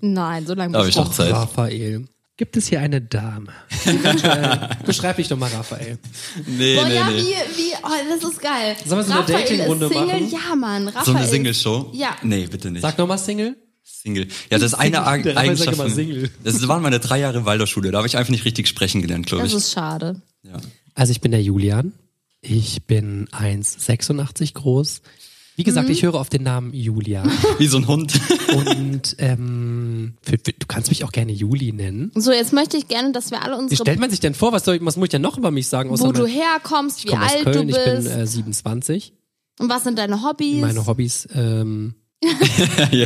Nein, so lange
Da hab ich
bestimmt-
noch Zeit.
Raphael. Gibt es hier eine Dame? Eventuell. Beschreib dich doch mal, Raphael.
Nee,
Boah, ja,
nee, nee.
wie, wie, oh, das ist geil.
Sollen wir so eine
Raphael
Dating-Runde
ist Single?
machen?
Ja, Mann, Raphael.
So eine Single-Show?
Ja.
Nee, bitte nicht.
Sag nochmal Single.
Single. Ja, das ist eine Eig-
Der Rapper
Eigenschaft.
sagt immer
von mir.
Single.
Das waren meine drei Jahre Waldorfschule. Da habe ich einfach nicht richtig sprechen gelernt, glaube
Das
ich.
ist schade.
Ja.
Also ich bin der Julian. Ich bin 1,86 groß. Wie gesagt,
Mhm.
ich höre auf den Namen Julian.
Wie so ein Hund.
Und ähm, für, für, du kannst mich auch gerne Juli nennen.
So, jetzt möchte ich gerne, dass wir alle
Wie
unsere,
stellt man sich denn vor? Was, soll ich, was muss ich denn noch über mich sagen? Außer
wo du
mein-
herkommst,
ich
wie
komme aus
alt
Köln,
du
ich bin
bist
äh, 27.
und was sind deine Hobbys.
Meine Hobbys, ähm,
Oh, das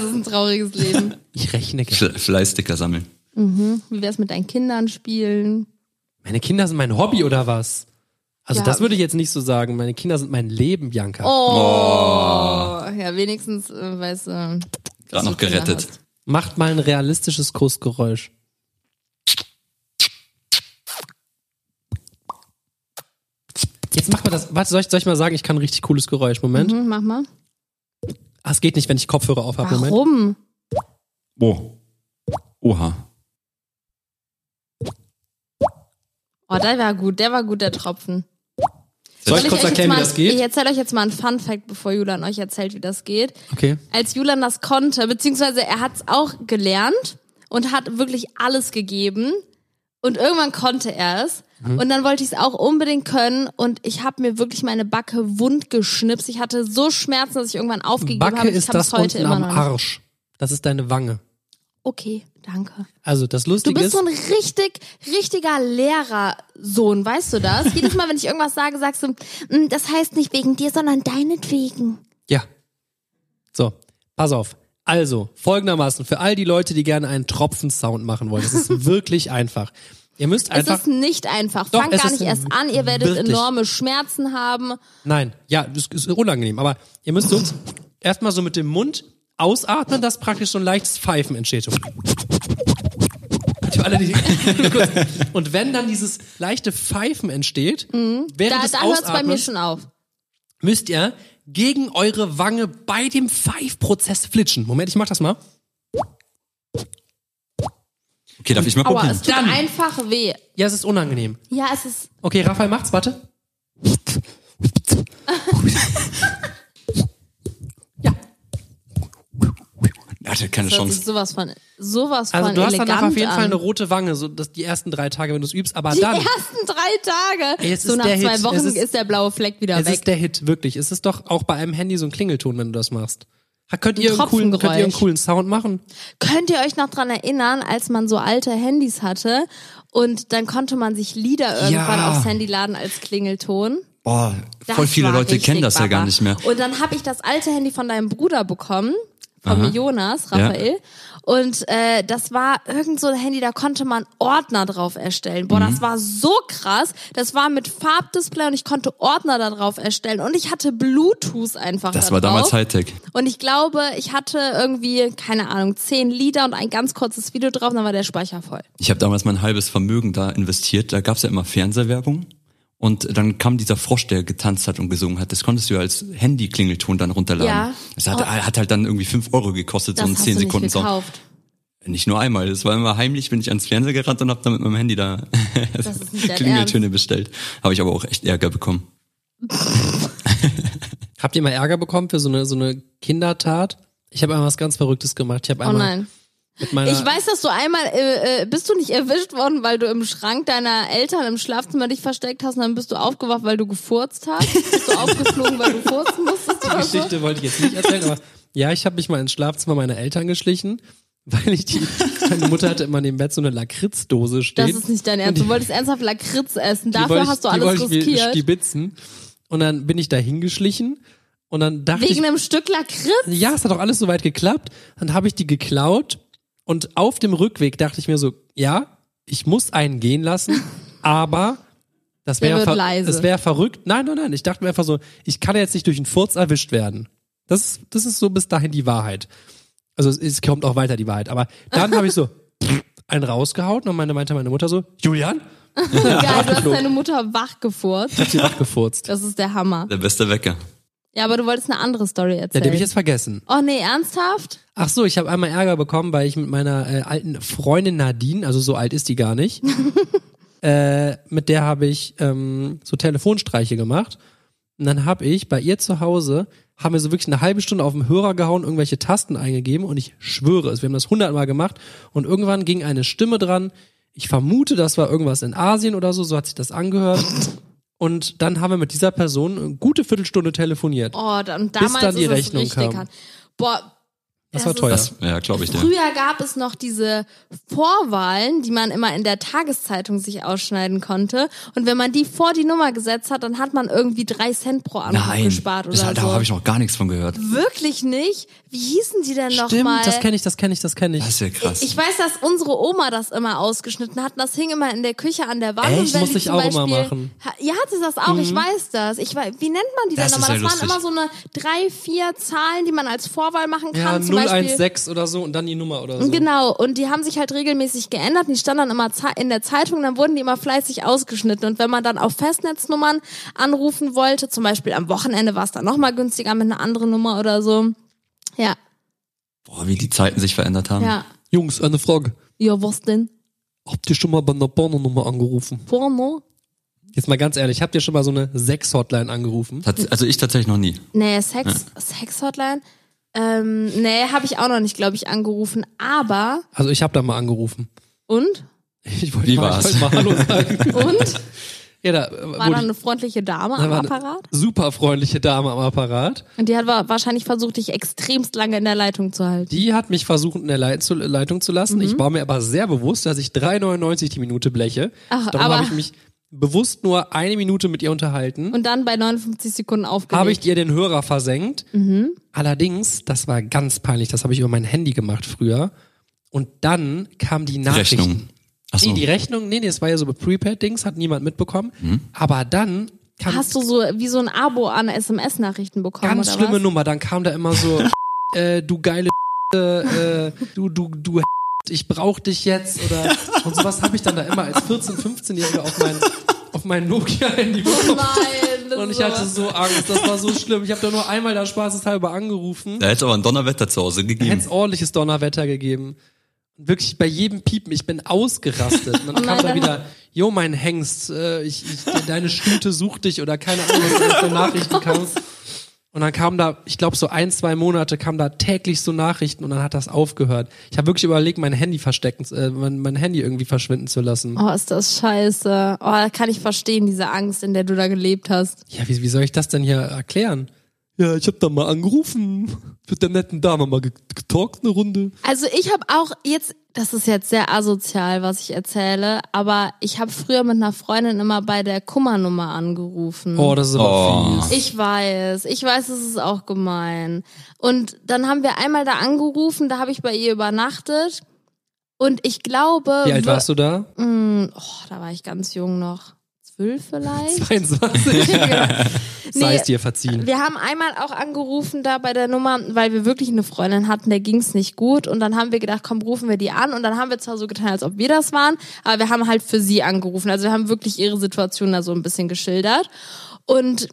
ist ein trauriges Leben.
ich rechne gerne.
Fle- Fleißsticker sammeln.
wie wär's mit deinen Kindern spielen?
Meine Kinder sind mein Hobby oder was? Also
Ja.
das würde ich jetzt nicht so sagen. Meine Kinder sind mein Leben, Bianca.
Oh, ja, wenigstens, äh, weißt du. Äh,
Gerade noch gerettet.
Macht mal ein realistisches Kussgeräusch. Jetzt macht man das. Warte, soll ich, soll ich mal sagen, ich kann ein richtig cooles Geräusch. Moment.
Mhm, mach mal.
Ah, es geht nicht, wenn ich Kopfhörer auf habe. Moment.
Oh.
Warum?
Oha.
Oh, der war gut, der war gut, der Tropfen.
Soll ich
Soll
kurz
euch jetzt
erklären,
mal,
wie das geht?
Ich erzähle euch jetzt mal einen Fun-Fact, bevor Julian euch erzählt, wie das geht.
Okay.
als Julian das konnte, beziehungsweise er hat es auch gelernt und hat wirklich alles gegeben. Und irgendwann konnte er es.
Mhm.
Und dann wollte ich es auch unbedingt können. Und ich habe mir wirklich meine Backe wund geschnipst. Ich hatte so Schmerzen, dass ich irgendwann aufgegeben
Backe
habe. Ich
ist
hab's
das
heute
unten
immer
am
noch. Nicht.
Arsch. Das ist deine Wange.
Okay, danke.
Also das
Du
Lustige
bist
ist,
so ein richtig, richtiger Lehrersohn, weißt du das? Jedes Mal, wenn ich irgendwas sage, sagst du, "Mm, das heißt nicht wegen dir, sondern deinetwegen.
Ja. So, pass auf. Also, folgendermaßen, für all die Leute, die gerne einen Tropfen-Sound machen wollen, es ist wirklich einfach. Ihr müsst einfach.
es ist nicht einfach.
Doch,
Fangt
es
gar
ist
nicht erst an. Ihr werdet
wirklich-
enorme Schmerzen haben.
Nein, ja, das ist unangenehm, aber ihr müsst so erstmal so mit dem Mund ausatmen, dass praktisch so ein leichtes Pfeifen entsteht. So. Für alle, die, kurz. Und wenn dann dieses leichte Pfeifen entsteht, während
Mhm. Da,
des
da hört es bei mir
Ausatmens
schon auf.
müsst ihr gegen eure Wange bei dem Pfeifprozess flitschen. Moment, ich mach das mal.
Okay, darf ich mal
Aua,
probieren?
es tut
Dann-
einfach weh.
Ja, es ist unangenehm.
Ja, es ist.
Okay, Raphael macht's, warte.
Er hatte keine
Das
Chance.
ist sowas von. Sowas
Also
von
du hast
elegant
danach auf jeden
an.
Fall eine rote Wange, so dass die ersten drei Tage, wenn du es übst, aber
Die
dann.
ersten drei Tage.
Ey, es
so
ist
nach
der
zwei
Hit.
Wochen
Es ist-
ist, der blaue Fleck wieder
Es
weg.
ist der Hit, wirklich. Es ist doch auch bei einem Handy so ein Klingelton, wenn du das machst. Ha, könnt, ihr einen coolen, könnt ihr einen
Tropfengeräusch.
coolen Sound machen?
Könnt ihr euch noch dran erinnern, als man so alte Handys hatte und dann konnte man sich Lieder irgendwann
Ja.
aufs Handy laden als Klingelton?
Boah,
Das
voll viele
war
Leute
richtig
kennen das ja gar
Baba.
nicht mehr.
Und dann habe ich das alte Handy von deinem Bruder bekommen, von
Aha.
Jonas,
Ja.
Raphael. Und äh, das war irgend so ein Handy, da konnte man Ordner drauf erstellen. Boah,
Mhm.
das war so krass. Das war mit Farbdisplay und ich konnte Ordner da drauf erstellen. Und ich hatte Bluetooth einfach
Das
da
war damals halt
drauf.
Hightech.
Und ich glaube, ich hatte irgendwie, keine Ahnung, zehn Lieder und ein ganz kurzes Video drauf, und dann war der Speicher voll.
Ich habe damals mein halbes Vermögen da investiert. Da gab's ja immer Fernsehwerbung. Und dann kam dieser Frosch, der getanzt hat und gesungen hat. Das konntest du ja als Handy-Klingelton dann runterladen.
Ja.
Das hat,
Oh.
hat halt dann irgendwie fünf Euro gekostet,
Das
so ein
hast du
zehn
nicht
Sekunden Song.
gekauft.
Nicht nur einmal. Das war immer heimlich, bin ich ans Fernseher gerannt und hab dann mit meinem Handy da
Das ist nicht dein Ernst.
Klingeltöne bestellt. Habe ich aber auch echt Ärger bekommen.
Habt ihr mal Ärger bekommen für so eine, so eine Kindertat? Ich habe einmal was ganz Verrücktes gemacht. Ich habe
Oh
einmal
nein.
mit meiner
Ich weiß, dass du einmal, äh, äh, bist du nicht erwischt worden, weil du im Schrank deiner Eltern im Schlafzimmer dich versteckt hast und dann bist du aufgewacht, weil du gefurzt hast? Bist du aufgeflogen, weil du furzen musstest?
Die Geschichte wollte ich jetzt nicht erzählen, aber ja, ich habe mich mal ins Schlafzimmer meiner Eltern geschlichen, weil ich die, meine Mutter hatte immer neben Bett so eine Lakritzdose
Das
stehen.
ist nicht dein Ernst. Du wolltest ernsthaft Lakritz essen.
Die
Dafür
wollte ich-
hast du
die
alles
wollte ich mir
riskiert.
Stibitzen. Und dann bin ich da hingeschlichen und dann dachte ich,
Wegen einem Stück Lakritz?
ja, es hat doch alles soweit geklappt. Dann habe ich die geklaut und auf dem Rückweg dachte ich mir so, ja, ich muss einen gehen lassen, aber das
Der
wäre
wird
ver
leise.
das wäre verrückt. Nein, nein, nein, ich dachte mir einfach so, ich kann ja jetzt nicht durch einen Furz erwischt werden. Das das ist so bis dahin die Wahrheit. Also es, es kommt auch weiter die Wahrheit, aber dann habe ich so einen rausgehaut und meine meinte meine Mutter so, Julian,
Geil, du hast deine Mutter wach gefurzt.
hat sie wachgefurzt.
Das ist der Hammer.
Der beste Wecker.
Ja, aber du wolltest eine andere Story
Ja, den habe ich
erzählen.
jetzt vergessen.
Oh nee, ernsthaft?
Ach so, ich habe einmal Ärger bekommen, weil ich mit meiner äh, alten Freundin Nadine, also so alt ist die gar nicht, äh, mit der habe ich ähm, so Telefonstreiche gemacht. Und dann habe ich bei ihr zu Hause haben wir so wirklich eine halbe Stunde auf dem Hörer gehauen, irgendwelche Tasten eingegeben und ich schwöre es, wir haben das hundertmal gemacht und irgendwann ging eine Stimme dran. Ich vermute, das war irgendwas in Asien oder so, so hat sich das angehört. Und dann haben wir mit dieser Person eine gute Viertelstunde telefoniert.
Oh, dann, damals
dann die
ist
Rechnung
es richtig
kam.
hart. Boah,
Das
das
war
ist-
teuer.
Das, ja, glaube ich dir.
Früher gab es noch diese Vorwahlen, die man immer in der Tageszeitung sich ausschneiden konnte. Und wenn man die vor die Nummer gesetzt hat, dann hat man irgendwie drei Cent pro Anruf
Nein,
gespart oder
das,
halt
da
so.
habe ich noch gar nichts von gehört.
Wirklich nicht? Wie hießen die denn nochmal?
das kenne ich, das kenne ich, das kenne ich.
Das ist ja krass.
Ich weiß, dass unsere Oma das immer ausgeschnitten hat. und Das hing immer in der Küche an der Wand.
Echt?
Und wenn
Muss
die
ich
zum
auch
Beispiel,
immer machen. Mhm.
Ha- Ja, hat sie das auch. Ich weiß das. Ich weiß, wie nennt man die
Das
denn
ist
nochmal?
ja
das waren
lustig.
immer so eine drei, vier Zahlen, die man als Vorwahl machen
ja,
kann. zum Beispiel.
016 oder so und dann die Nummer oder so.
Genau, und die haben sich halt regelmäßig geändert. Die standen dann immer zei- in der Zeitung, dann wurden die immer fleißig ausgeschnitten. Und wenn man dann auf Festnetznummern anrufen wollte, zum Beispiel am Wochenende war es dann nochmal günstiger mit einer anderen Nummer oder so. Ja,
Boah, wie die Zeiten sich verändert
Ähm.
haben.
ja.
Jungs, eine Frage.
Ja, was denn?
Habt ihr schon mal bei einer Pornonummer angerufen?
Porno?
Jetzt mal ganz ehrlich, habt ihr schon mal so eine Sex-Hotline angerufen?
Tats- Also ich tatsächlich noch nie.
Nee, Sex, Sex-Hotline? Ähm, nee, habe ich auch noch nicht, glaube ich, angerufen. Aber,
Also ich habe da mal angerufen.
und?
Ich wollte
Wie
mal,
war's?
ich wollte mal Hallo sagen.
Und?
ja, da,
War
wurde
da
ich,
eine freundliche Dame
da
am
war eine
Apparat?
super freundliche Dame am Apparat.
Und die hat wa- wahrscheinlich versucht, dich extremst lange in der Leitung zu halten.
Die hat mich versucht, in der Leit zu, Leitung zu lassen. Ich war mir aber sehr bewusst, dass ich 3,99 die Minute bleche.
Ach,
Darum
aber-
habe ich mich bewusst nur eine Minute mit ihr unterhalten.
Und dann bei 59 Sekunden aufgelegt.
habe ich ihr den Hörer versenkt.
Mhm.
Allerdings, das war ganz peinlich, das habe ich über mein Handy gemacht früher. Und dann kam die Nachrichten.
Rechnung. Achso.
Nee, die Rechnung, nee, nee, das war ja so mit Prepaid-Dings, hat niemand mitbekommen. Aber dann kam
Hast du so wie so ein Abo an SMS-Nachrichten bekommen?
ganz
oder
schlimme
was?
Nummer, dann kam da immer so, äh, du geile äh, äh, du, du, du ich brauch dich jetzt oder und sowas habe ich dann da immer als 14-, 15-Jähriger auf mein, auf mein Nokia-Handy bekommen.
Nein, das
Und ich
war-
hatte so Angst, das war so schlimm. Ich habe da nur einmal da spaßeshalber angerufen.
Da hätte es aber ein Donnerwetter zu Hause gegeben.
Hätte es ordentliches Donnerwetter gegeben. Wirklich bei jedem Piepen, ich bin ausgerastet. Und dann
nein,
kam da
dann-
wieder, jo, mein Hengst, äh, ich, ich, de- deine Stute sucht dich oder keine Ahnung, was da für Nachrichten kam. Und dann kam da, ich glaube so ein, zwei Monate, kam da täglich so Nachrichten und dann hat das aufgehört. Ich habe wirklich überlegt, mein Handy verstecken, äh, mein, mein Handy irgendwie verschwinden zu lassen.
Oh, ist das scheiße. Oh, da kann ich verstehen, diese Angst, in der du da gelebt hast.
Ja, wie, wie soll ich das denn hier erklären? Ja, ich habe da mal angerufen, mit der netten Dame mal ge- getalkt eine Runde.
Also ich habe auch jetzt, das ist jetzt sehr asozial, was ich erzähle, aber ich habe früher mit einer Freundin immer bei der Kummernummer angerufen.
Oh, das ist aber
Oh.
fies.
Ich weiß, ich weiß, es ist auch gemein. Und dann haben wir einmal da angerufen, da habe ich bei ihr übernachtet. Und ich glaube.
Wie alt
wir-
warst du da?
Mm, oh, da war ich ganz jung noch. Zwölf vielleicht?
22.
Genau.
Sei
Nee,
es dir verziehen.
wir haben einmal auch angerufen da bei der Nummer, weil wir wirklich eine Freundin hatten, der ging's nicht gut. Und dann haben wir gedacht, komm, rufen wir die an. Und dann haben wir zwar so getan, als ob wir das waren, aber wir haben halt für sie angerufen. Also wir haben wirklich ihre Situation da so ein bisschen geschildert. Und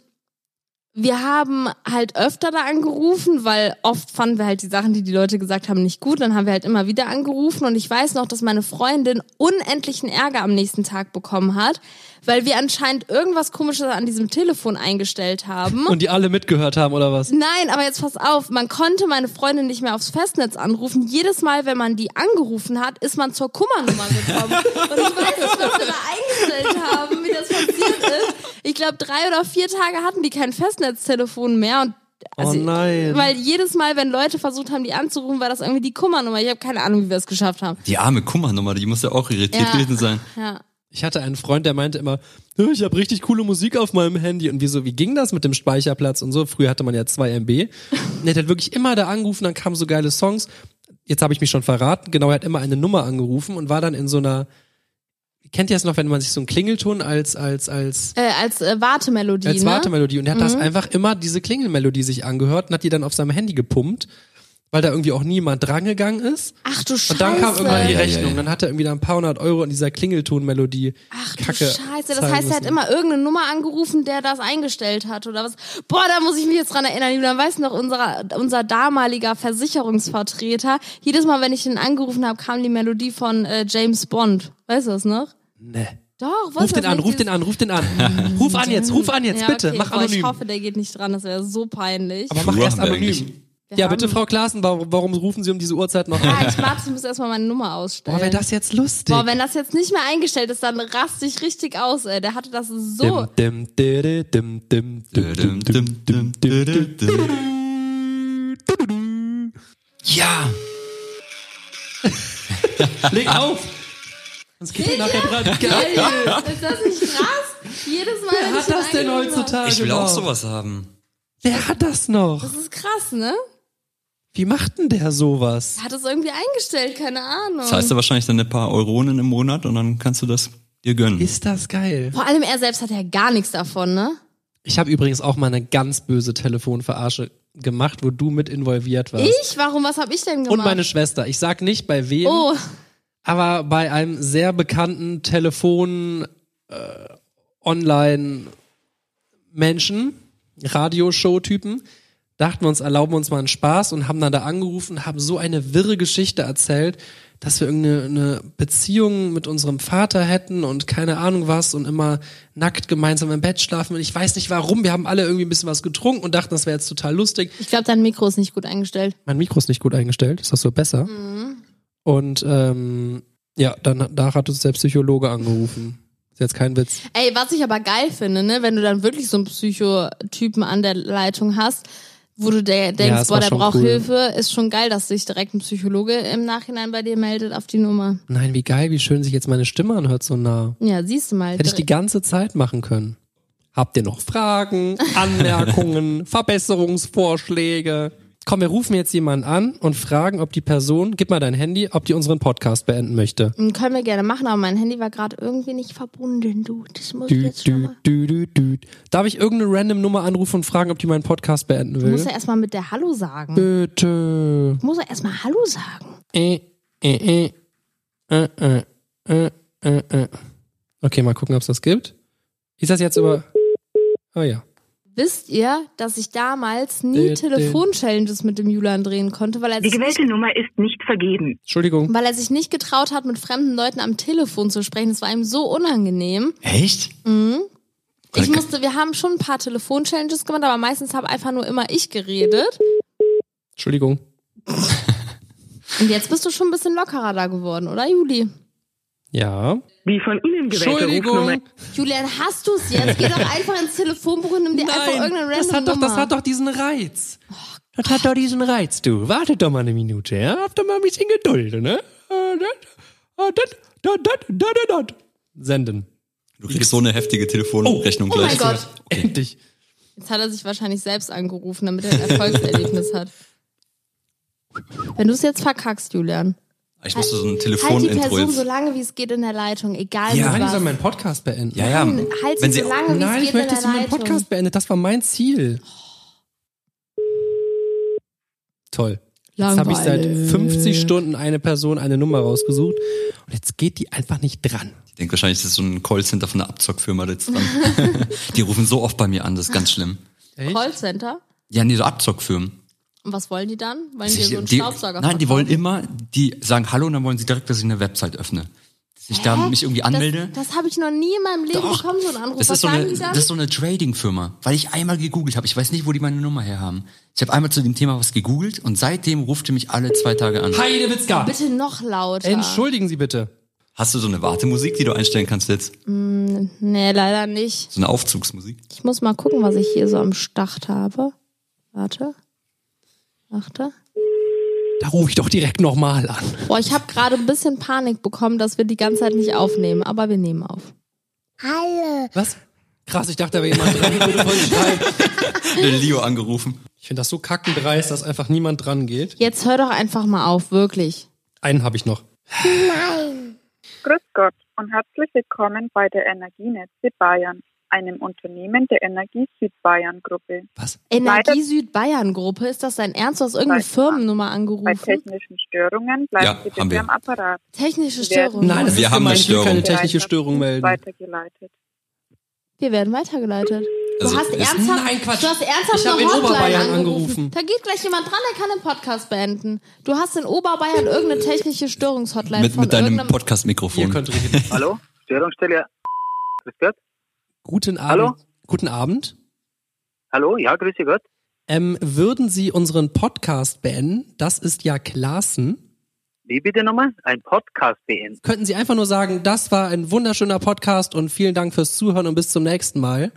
wir haben halt öfter da angerufen, weil oft fanden wir halt die Sachen, die die Leute gesagt haben, nicht gut. Dann haben wir halt immer wieder angerufen und ich weiß noch, dass meine Freundin unendlichen Ärger am nächsten Tag bekommen hat, weil wir anscheinend irgendwas Komisches an diesem Telefon eingestellt haben.
Und die alle mitgehört haben, oder was?
Nein, aber jetzt pass auf, man konnte meine Freundin nicht mehr aufs Festnetz anrufen. Jedes Mal, wenn man die angerufen hat, ist man zur Kummernummer gekommen. Und ich weiß nicht, was wir da eingestellt haben, wie das passiert ist. Ich glaube, drei oder vier Tage hatten die kein Festnetztelefon mehr und also,
Oh nein.
Weil jedes Mal, wenn Leute versucht haben, die anzurufen, war das irgendwie die Kummernummer. Ich habe keine Ahnung, wie wir es geschafft haben.
Die arme Kummernummer, die muss ja auch irritiert
Ja.
gewesen sein.
Ja.
Ich hatte einen Freund, der meinte immer, "Hö, ich habe richtig coole Musik auf meinem Handy. Und wieso, wie ging das mit dem Speicherplatz und so? Früher hatte man ja 2 MB. Und er hat halt wirklich immer da angerufen, dann kamen so geile Songs. Jetzt habe ich mich schon verraten. Genau, er hat immer eine Nummer angerufen und war dann in so einer, kennt ihr das noch, wenn man sich so einen Klingelton als, als, als,
Äh, als äh, Wartemelodie.
als
ne?
Wartemelodie und er hat das einfach immer diese Klingelmelodie sich angehört und hat die dann auf seinem Handy gepumpt, weil da irgendwie auch niemand drangegangen ist.
Ach du Scheiße.
Und dann kam irgendwann die
Ja, ja, ja,
Rechnung.
ja.
Dann hat er irgendwie da ein paar hundert Euro in dieser Klingeltonmelodie.
Ach du
Kacke
Scheiße, das
zahlen
heißt, er hat
müssen.
immer irgendeine Nummer angerufen, der das eingestellt hat oder was. Boah, da muss ich mich jetzt dran erinnern. Dann weiß noch unser, unser damaliger Versicherungsvertreter, jedes Mal, wenn ich ihn angerufen habe, kam die Melodie von äh, James Bond. Weißt du das noch?
Nee.
Doch, was
Ruf den an, ruf den an, ruf den an. ruf an jetzt, ruf an jetzt,
ja,
bitte.
okay.
Mach
Boah, Ich
anonym.
hoffe, der geht nicht dran, das wäre so peinlich.
Aber mach
Uhr
erst
haben wir
anonym.
eigentlich.
Wir
Ja, bitte,
haben-
Frau Klaassen, warum, warum rufen Sie um diese Uhrzeit noch an?
Ah, ich warte, ich muss erstmal meine Nummer ausstellen.
Boah, wäre das jetzt lustig.
Boah, wenn das jetzt nicht mehr eingestellt ist, dann raste ich richtig aus, ey. Der hatte das so.
Dim, dim, dim, dim, dim, dim, dim, dim, dim, dim.
Ja!
Leg auf! Sonst geht ihr nachher dran. Geil.
Geil! Ist das nicht krass? Jedes Mal, wenn
Wer hat
ich ihn
das denn
angerufen hab.
heutzutage
Ich will
noch?
auch sowas haben.
Wer hat das noch?
Das ist krass, ne?
Wie macht denn der sowas?
Der hat es irgendwie eingestellt, keine Ahnung.
Zahlst du wahrscheinlich dann ein paar Euronen im Monat und dann kannst du das dir gönnen.
Ist das geil?
Vor allem er selbst hat ja gar nichts davon, ne?
Ich habe übrigens auch mal eine ganz böse Telefonverarsche gemacht, wo du mit involviert warst.
Ich? Warum? Was habe ich denn gemacht?
Und meine Schwester. Ich sag nicht bei wem,
Oh,
aber bei einem sehr bekannten Telefon äh, online Menschen, Radioshow-Typen, dachten wir uns, erlauben wir uns mal einen Spaß und haben dann da angerufen, haben so eine wirre Geschichte erzählt, dass wir irgendeine eine Beziehung mit unserem Vater hätten und keine Ahnung was und immer nackt gemeinsam im Bett schlafen und ich weiß nicht warum, wir haben alle irgendwie ein bisschen was getrunken und dachten, das wäre jetzt total lustig
ich glaube, dein Mikro ist nicht gut eingestellt.
mein Mikro ist nicht gut eingestellt, ist das so besser? Und ähm, ja, dann da hat uns der Psychologe angerufen. Ist jetzt kein Witz.
Ey, was ich aber geil finde, ne, wenn du dann wirklich so einen Psychotypen an der Leitung hast, wo du der denkst,
das
boah,
war
der
schon
braucht
cool.
Hilfe, ist schon geil, dass sich direkt ein Psychologe im Nachhinein bei dir meldet auf die Nummer.
Nein, wie geil, wie schön sich jetzt meine Stimme anhört so nah.
Ja, siehst du mal.
Hätte ich die
direkt.
ganze Zeit machen können. Habt ihr noch Fragen, Anmerkungen, Verbesserungsvorschläge? Komm, wir rufen jetzt jemanden an und fragen, ob die Person, gib mal dein Handy, ob die unseren Podcast beenden möchte.
Können wir gerne machen, aber mein Handy war gerade irgendwie nicht verbunden, du. Das muss ich
Dü,
jetzt schon
dü,
mal.
dü, dü, dü. Darf ich irgendeine random Nummer anrufen und fragen, ob die meinen Podcast beenden
Du musst
will?
ja erstmal mit der Hallo sagen. Du
Bitte.
musst ja erstmal Hallo sagen.
Äh, äh, äh. Äh, äh, äh, äh, äh. Okay, mal gucken, ob es das gibt. Ist das jetzt über. Oh ja.
Wisst ihr, dass ich damals
Dü,
nie
dü.
Telefon-Challenges mit dem Julian drehen konnte, weil er
Die
sich
gewählte Nummer ist nicht vergeben.
Entschuldigung.
weil er sich nicht getraut hat, mit fremden Leuten am Telefon zu sprechen. Das war ihm so unangenehm.
Echt?
Ich
Okay.
musste, wir haben schon ein paar Telefon-Challenges gemacht, aber meistens habe einfach nur immer ich geredet.
Entschuldigung.
Und jetzt bist du schon ein bisschen lockerer da geworden, oder Juli?
Ja.
Die von Ihnen gewählte Rufnummer.
Entschuldigung.
Julian, hast du es jetzt? Geh doch einfach ins Telefonbuch und nimm dir einfach irgendeine random
das hat, doch,
Nummer.
das hat doch diesen Reiz. Das hat doch diesen Reiz, du. Wartet doch mal eine Minute, ja? Habt doch mal ein bisschen Geduld, ne? Äh, das, äh, das, das, das, das, das, das. Senden.
Du kriegst so eine heftige Telefonrechnung
Oh mein
gleich.
Gott.
Endlich.
Jetzt hat er sich wahrscheinlich selbst angerufen, damit er ein Erfolgserlebnis hat. Wenn du es jetzt verkackst, Julian,
Ah, Ich musste so ein
halt die
Telefon-Intro
Person so
jetzt.
lange, wie es geht in der Leitung, egal
Ja,
mit
Nein, ich soll
was.
meinen Podcast beenden.
Ja, ja.
Halt
Wenn
sie
sie
so lange, wie
Nein,
es
ich
geht
möchte,
in der
dass du meinen
Leitung.
Podcast beendet. Das war mein Ziel. Toll. Jetzt habe ich seit
Langweilig.
50 Stunden eine Person eine Nummer rausgesucht und jetzt geht die einfach nicht dran.
Ich denke wahrscheinlich, das ist so ein Callcenter von einer Abzockfirma da jetzt dran. die rufen so oft bei mir an, das ist ganz schlimm.
Callcenter?
Ja, nee, so Abzockfirmen.
Und was wollen die dann? Wollen die
Sich-
so einen
die-
Staubsauger
Nein, die
verkaufen?
wollen immer, die sagen Hallo und dann wollen sie direkt, dass ich eine Website öffne. Dass ich da
Hä?
mich irgendwie anmelde.
Das, das habe ich noch nie in meinem Leben
Doch.
bekommen, so einen Anruf.
Das
Was
ist so,
sagen
eine,
die dann?
das ist so eine Trading-Firma, weil ich einmal gegoogelt habe. Ich weiß nicht, wo die meine Nummer her haben. Ich habe einmal zu dem Thema was gegoogelt und seitdem ruft die mich alle zwei Tage an.
Heidewitzka!
Bitte noch lauter.
Entschuldigen Sie bitte.
Hast du so eine Wartemusik, die du einstellen kannst jetzt?
Nee, leider nicht.
So eine Aufzugsmusik?
Ich muss mal gucken, was ich hier so am Start habe. Warte. Warte.
Da rufe ich doch direkt nochmal an.
Boah, ich habe gerade ein bisschen Panik bekommen, dass wir die ganze Zeit nicht aufnehmen, aber wir nehmen auf.
Was? Krass, ich dachte, da wäre jemand dran, würde voll schreien.
Den Leo angerufen.
Ich finde das so kackendreist, dass einfach niemand dran geht.
Jetzt hör doch einfach mal auf, wirklich.
Einen habe ich noch.
Grüß Gott und herzlich willkommen bei der Energienetze Bayern, einem Unternehmen der Energie Südbayern Gruppe.
Was?
Energie Südbayern Gruppe, ist das dein Ernst? Du hast irgendeine
Nein.
Firmennummer
Mhm.
Bei
angerufen?
technischen Störungen bleiben
Ja,
Sie
haben
bitte
wir.
am Apparat.
Technische
Wir werden-
Störung.
Nein, es
Wir
ist
haben
gemein,
eine
ich will keine
Störung.
technische Störung melden.
Weitergeleitet.
Wir werden weitergeleitet.
Also,
du hast
das-
ernsthaft,
Nein, Quatsch.
Du hast ernsthaft
Ich hab
eine
in
Hotline
Oberbayern
angerufen.
angerufen.
Da geht gleich jemand dran, der kann den Podcast beenden. Du hast in Oberbayern irgendeine technische Störungshotline
Mit,
von
mit deinem
irgendeinem
Podcast-Mikrofon.
Ihr könnt reden.
Hallo? Störungsstelle Grüß Gott.
Guten Abend.
Hallo?
Guten Abend.
Hallo, ja, grüße Gott.
Ähm, würden Sie unseren Podcast beenden? Das ist ja Klassen.
Wie bitte nochmal? Ein Podcast beenden.
Könnten Sie einfach nur sagen, das war ein wunderschöner Podcast und vielen Dank fürs Zuhören und bis zum nächsten Mal.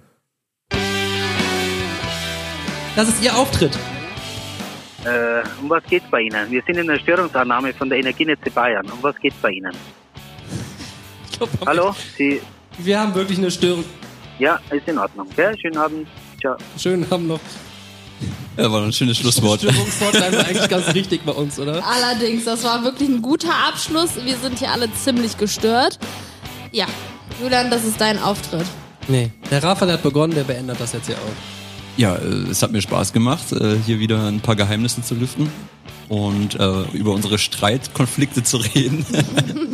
Das ist Ihr Auftritt.
Äh, um was geht's bei Ihnen? Wir sind in der Störungsannahme von der Energienetze Bayern. Um was geht's bei Ihnen?
Ich glaub,
Hallo? Sie,
Wir haben wirklich eine Störung.
ja, ist in Ordnung. Gell? Schönen Abend. Ciao.
Schönen Abend noch.
Ja, war doch ein schönes Schlusswort.
Störungswort bleiben wir eigentlich ganz richtig bei uns, oder?
Allerdings, das war wirklich ein guter Abschluss. Wir sind hier alle ziemlich gestört. Ja, Julian, das ist dein Auftritt.
Nee. Der Rafael hat begonnen, der beendet das jetzt hier auch.
Ja, äh, es hat mir Spaß gemacht, äh, hier wieder ein paar Geheimnisse zu lüften und äh, über unsere Streitkonflikte zu reden.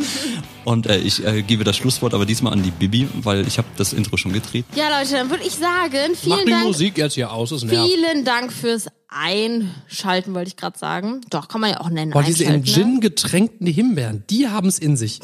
und äh, ich äh, gebe das Schlusswort aber diesmal an die Bibi, weil ich habe das Intro schon gedreht.
Ja, Leute, dann würde ich sagen, vielen Dank.
Musik jetzt hier aus, es
Vielen Dank fürs Einschalten, wollte ich gerade sagen. Doch, kann man ja auch nennen.
Boah, diese in
Einschalten, ne?
Gin getränkten Himbeeren, die haben's in sich.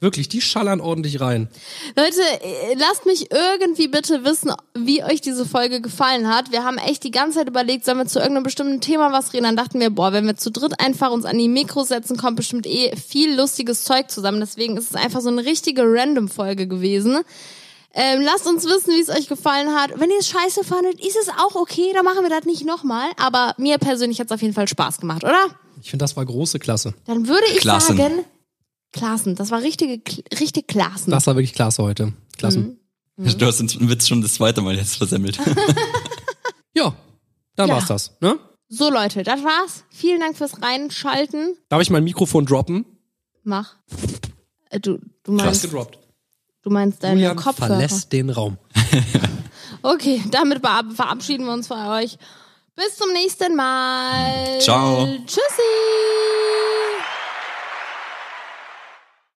Wirklich, die schallern ordentlich rein.
Leute, äh, lasst mich irgendwie bitte wissen, wie euch diese Folge gefallen hat. Wir haben echt die ganze Zeit überlegt, sollen wir zu irgendeinem bestimmten Thema was reden? Dann dachten wir, boah, wenn wir zu dritt einfach uns an die Mikros setzen, kommt bestimmt eh viel lustiges Zeug zusammen. Deswegen ist es einfach so eine richtige Random-Folge gewesen. Ähm, lasst uns wissen, wie es euch gefallen hat. Wenn ihr es scheiße fandet, ist es auch okay, dann machen wir das nicht nochmal. Aber mir persönlich hat es auf jeden Fall Spaß gemacht, oder?
Ich finde, das war große Klasse.
Dann würde ich
Klassen.
sagen, Klassen. Das war richtige, Kl- richtig Klassen.
Das war wirklich klasse heute. Klasse.
Hm.
Du hast den Witz schon das zweite Mal jetzt versemmelt.
Ja, dann
Ja.
war's das. Ne?
So Leute, das war's. Vielen Dank fürs Reinschalten.
Darf ich mein Mikrofon droppen?
Mach. Äh, Du, du
Krass
meinst,
gedroppt.
du meinst deine
Julian
Kopfhörer.
verlässt den Raum.
Okay, damit verab- verabschieden wir uns von euch. Bis zum nächsten Mal.
Ciao.
Tschüssi.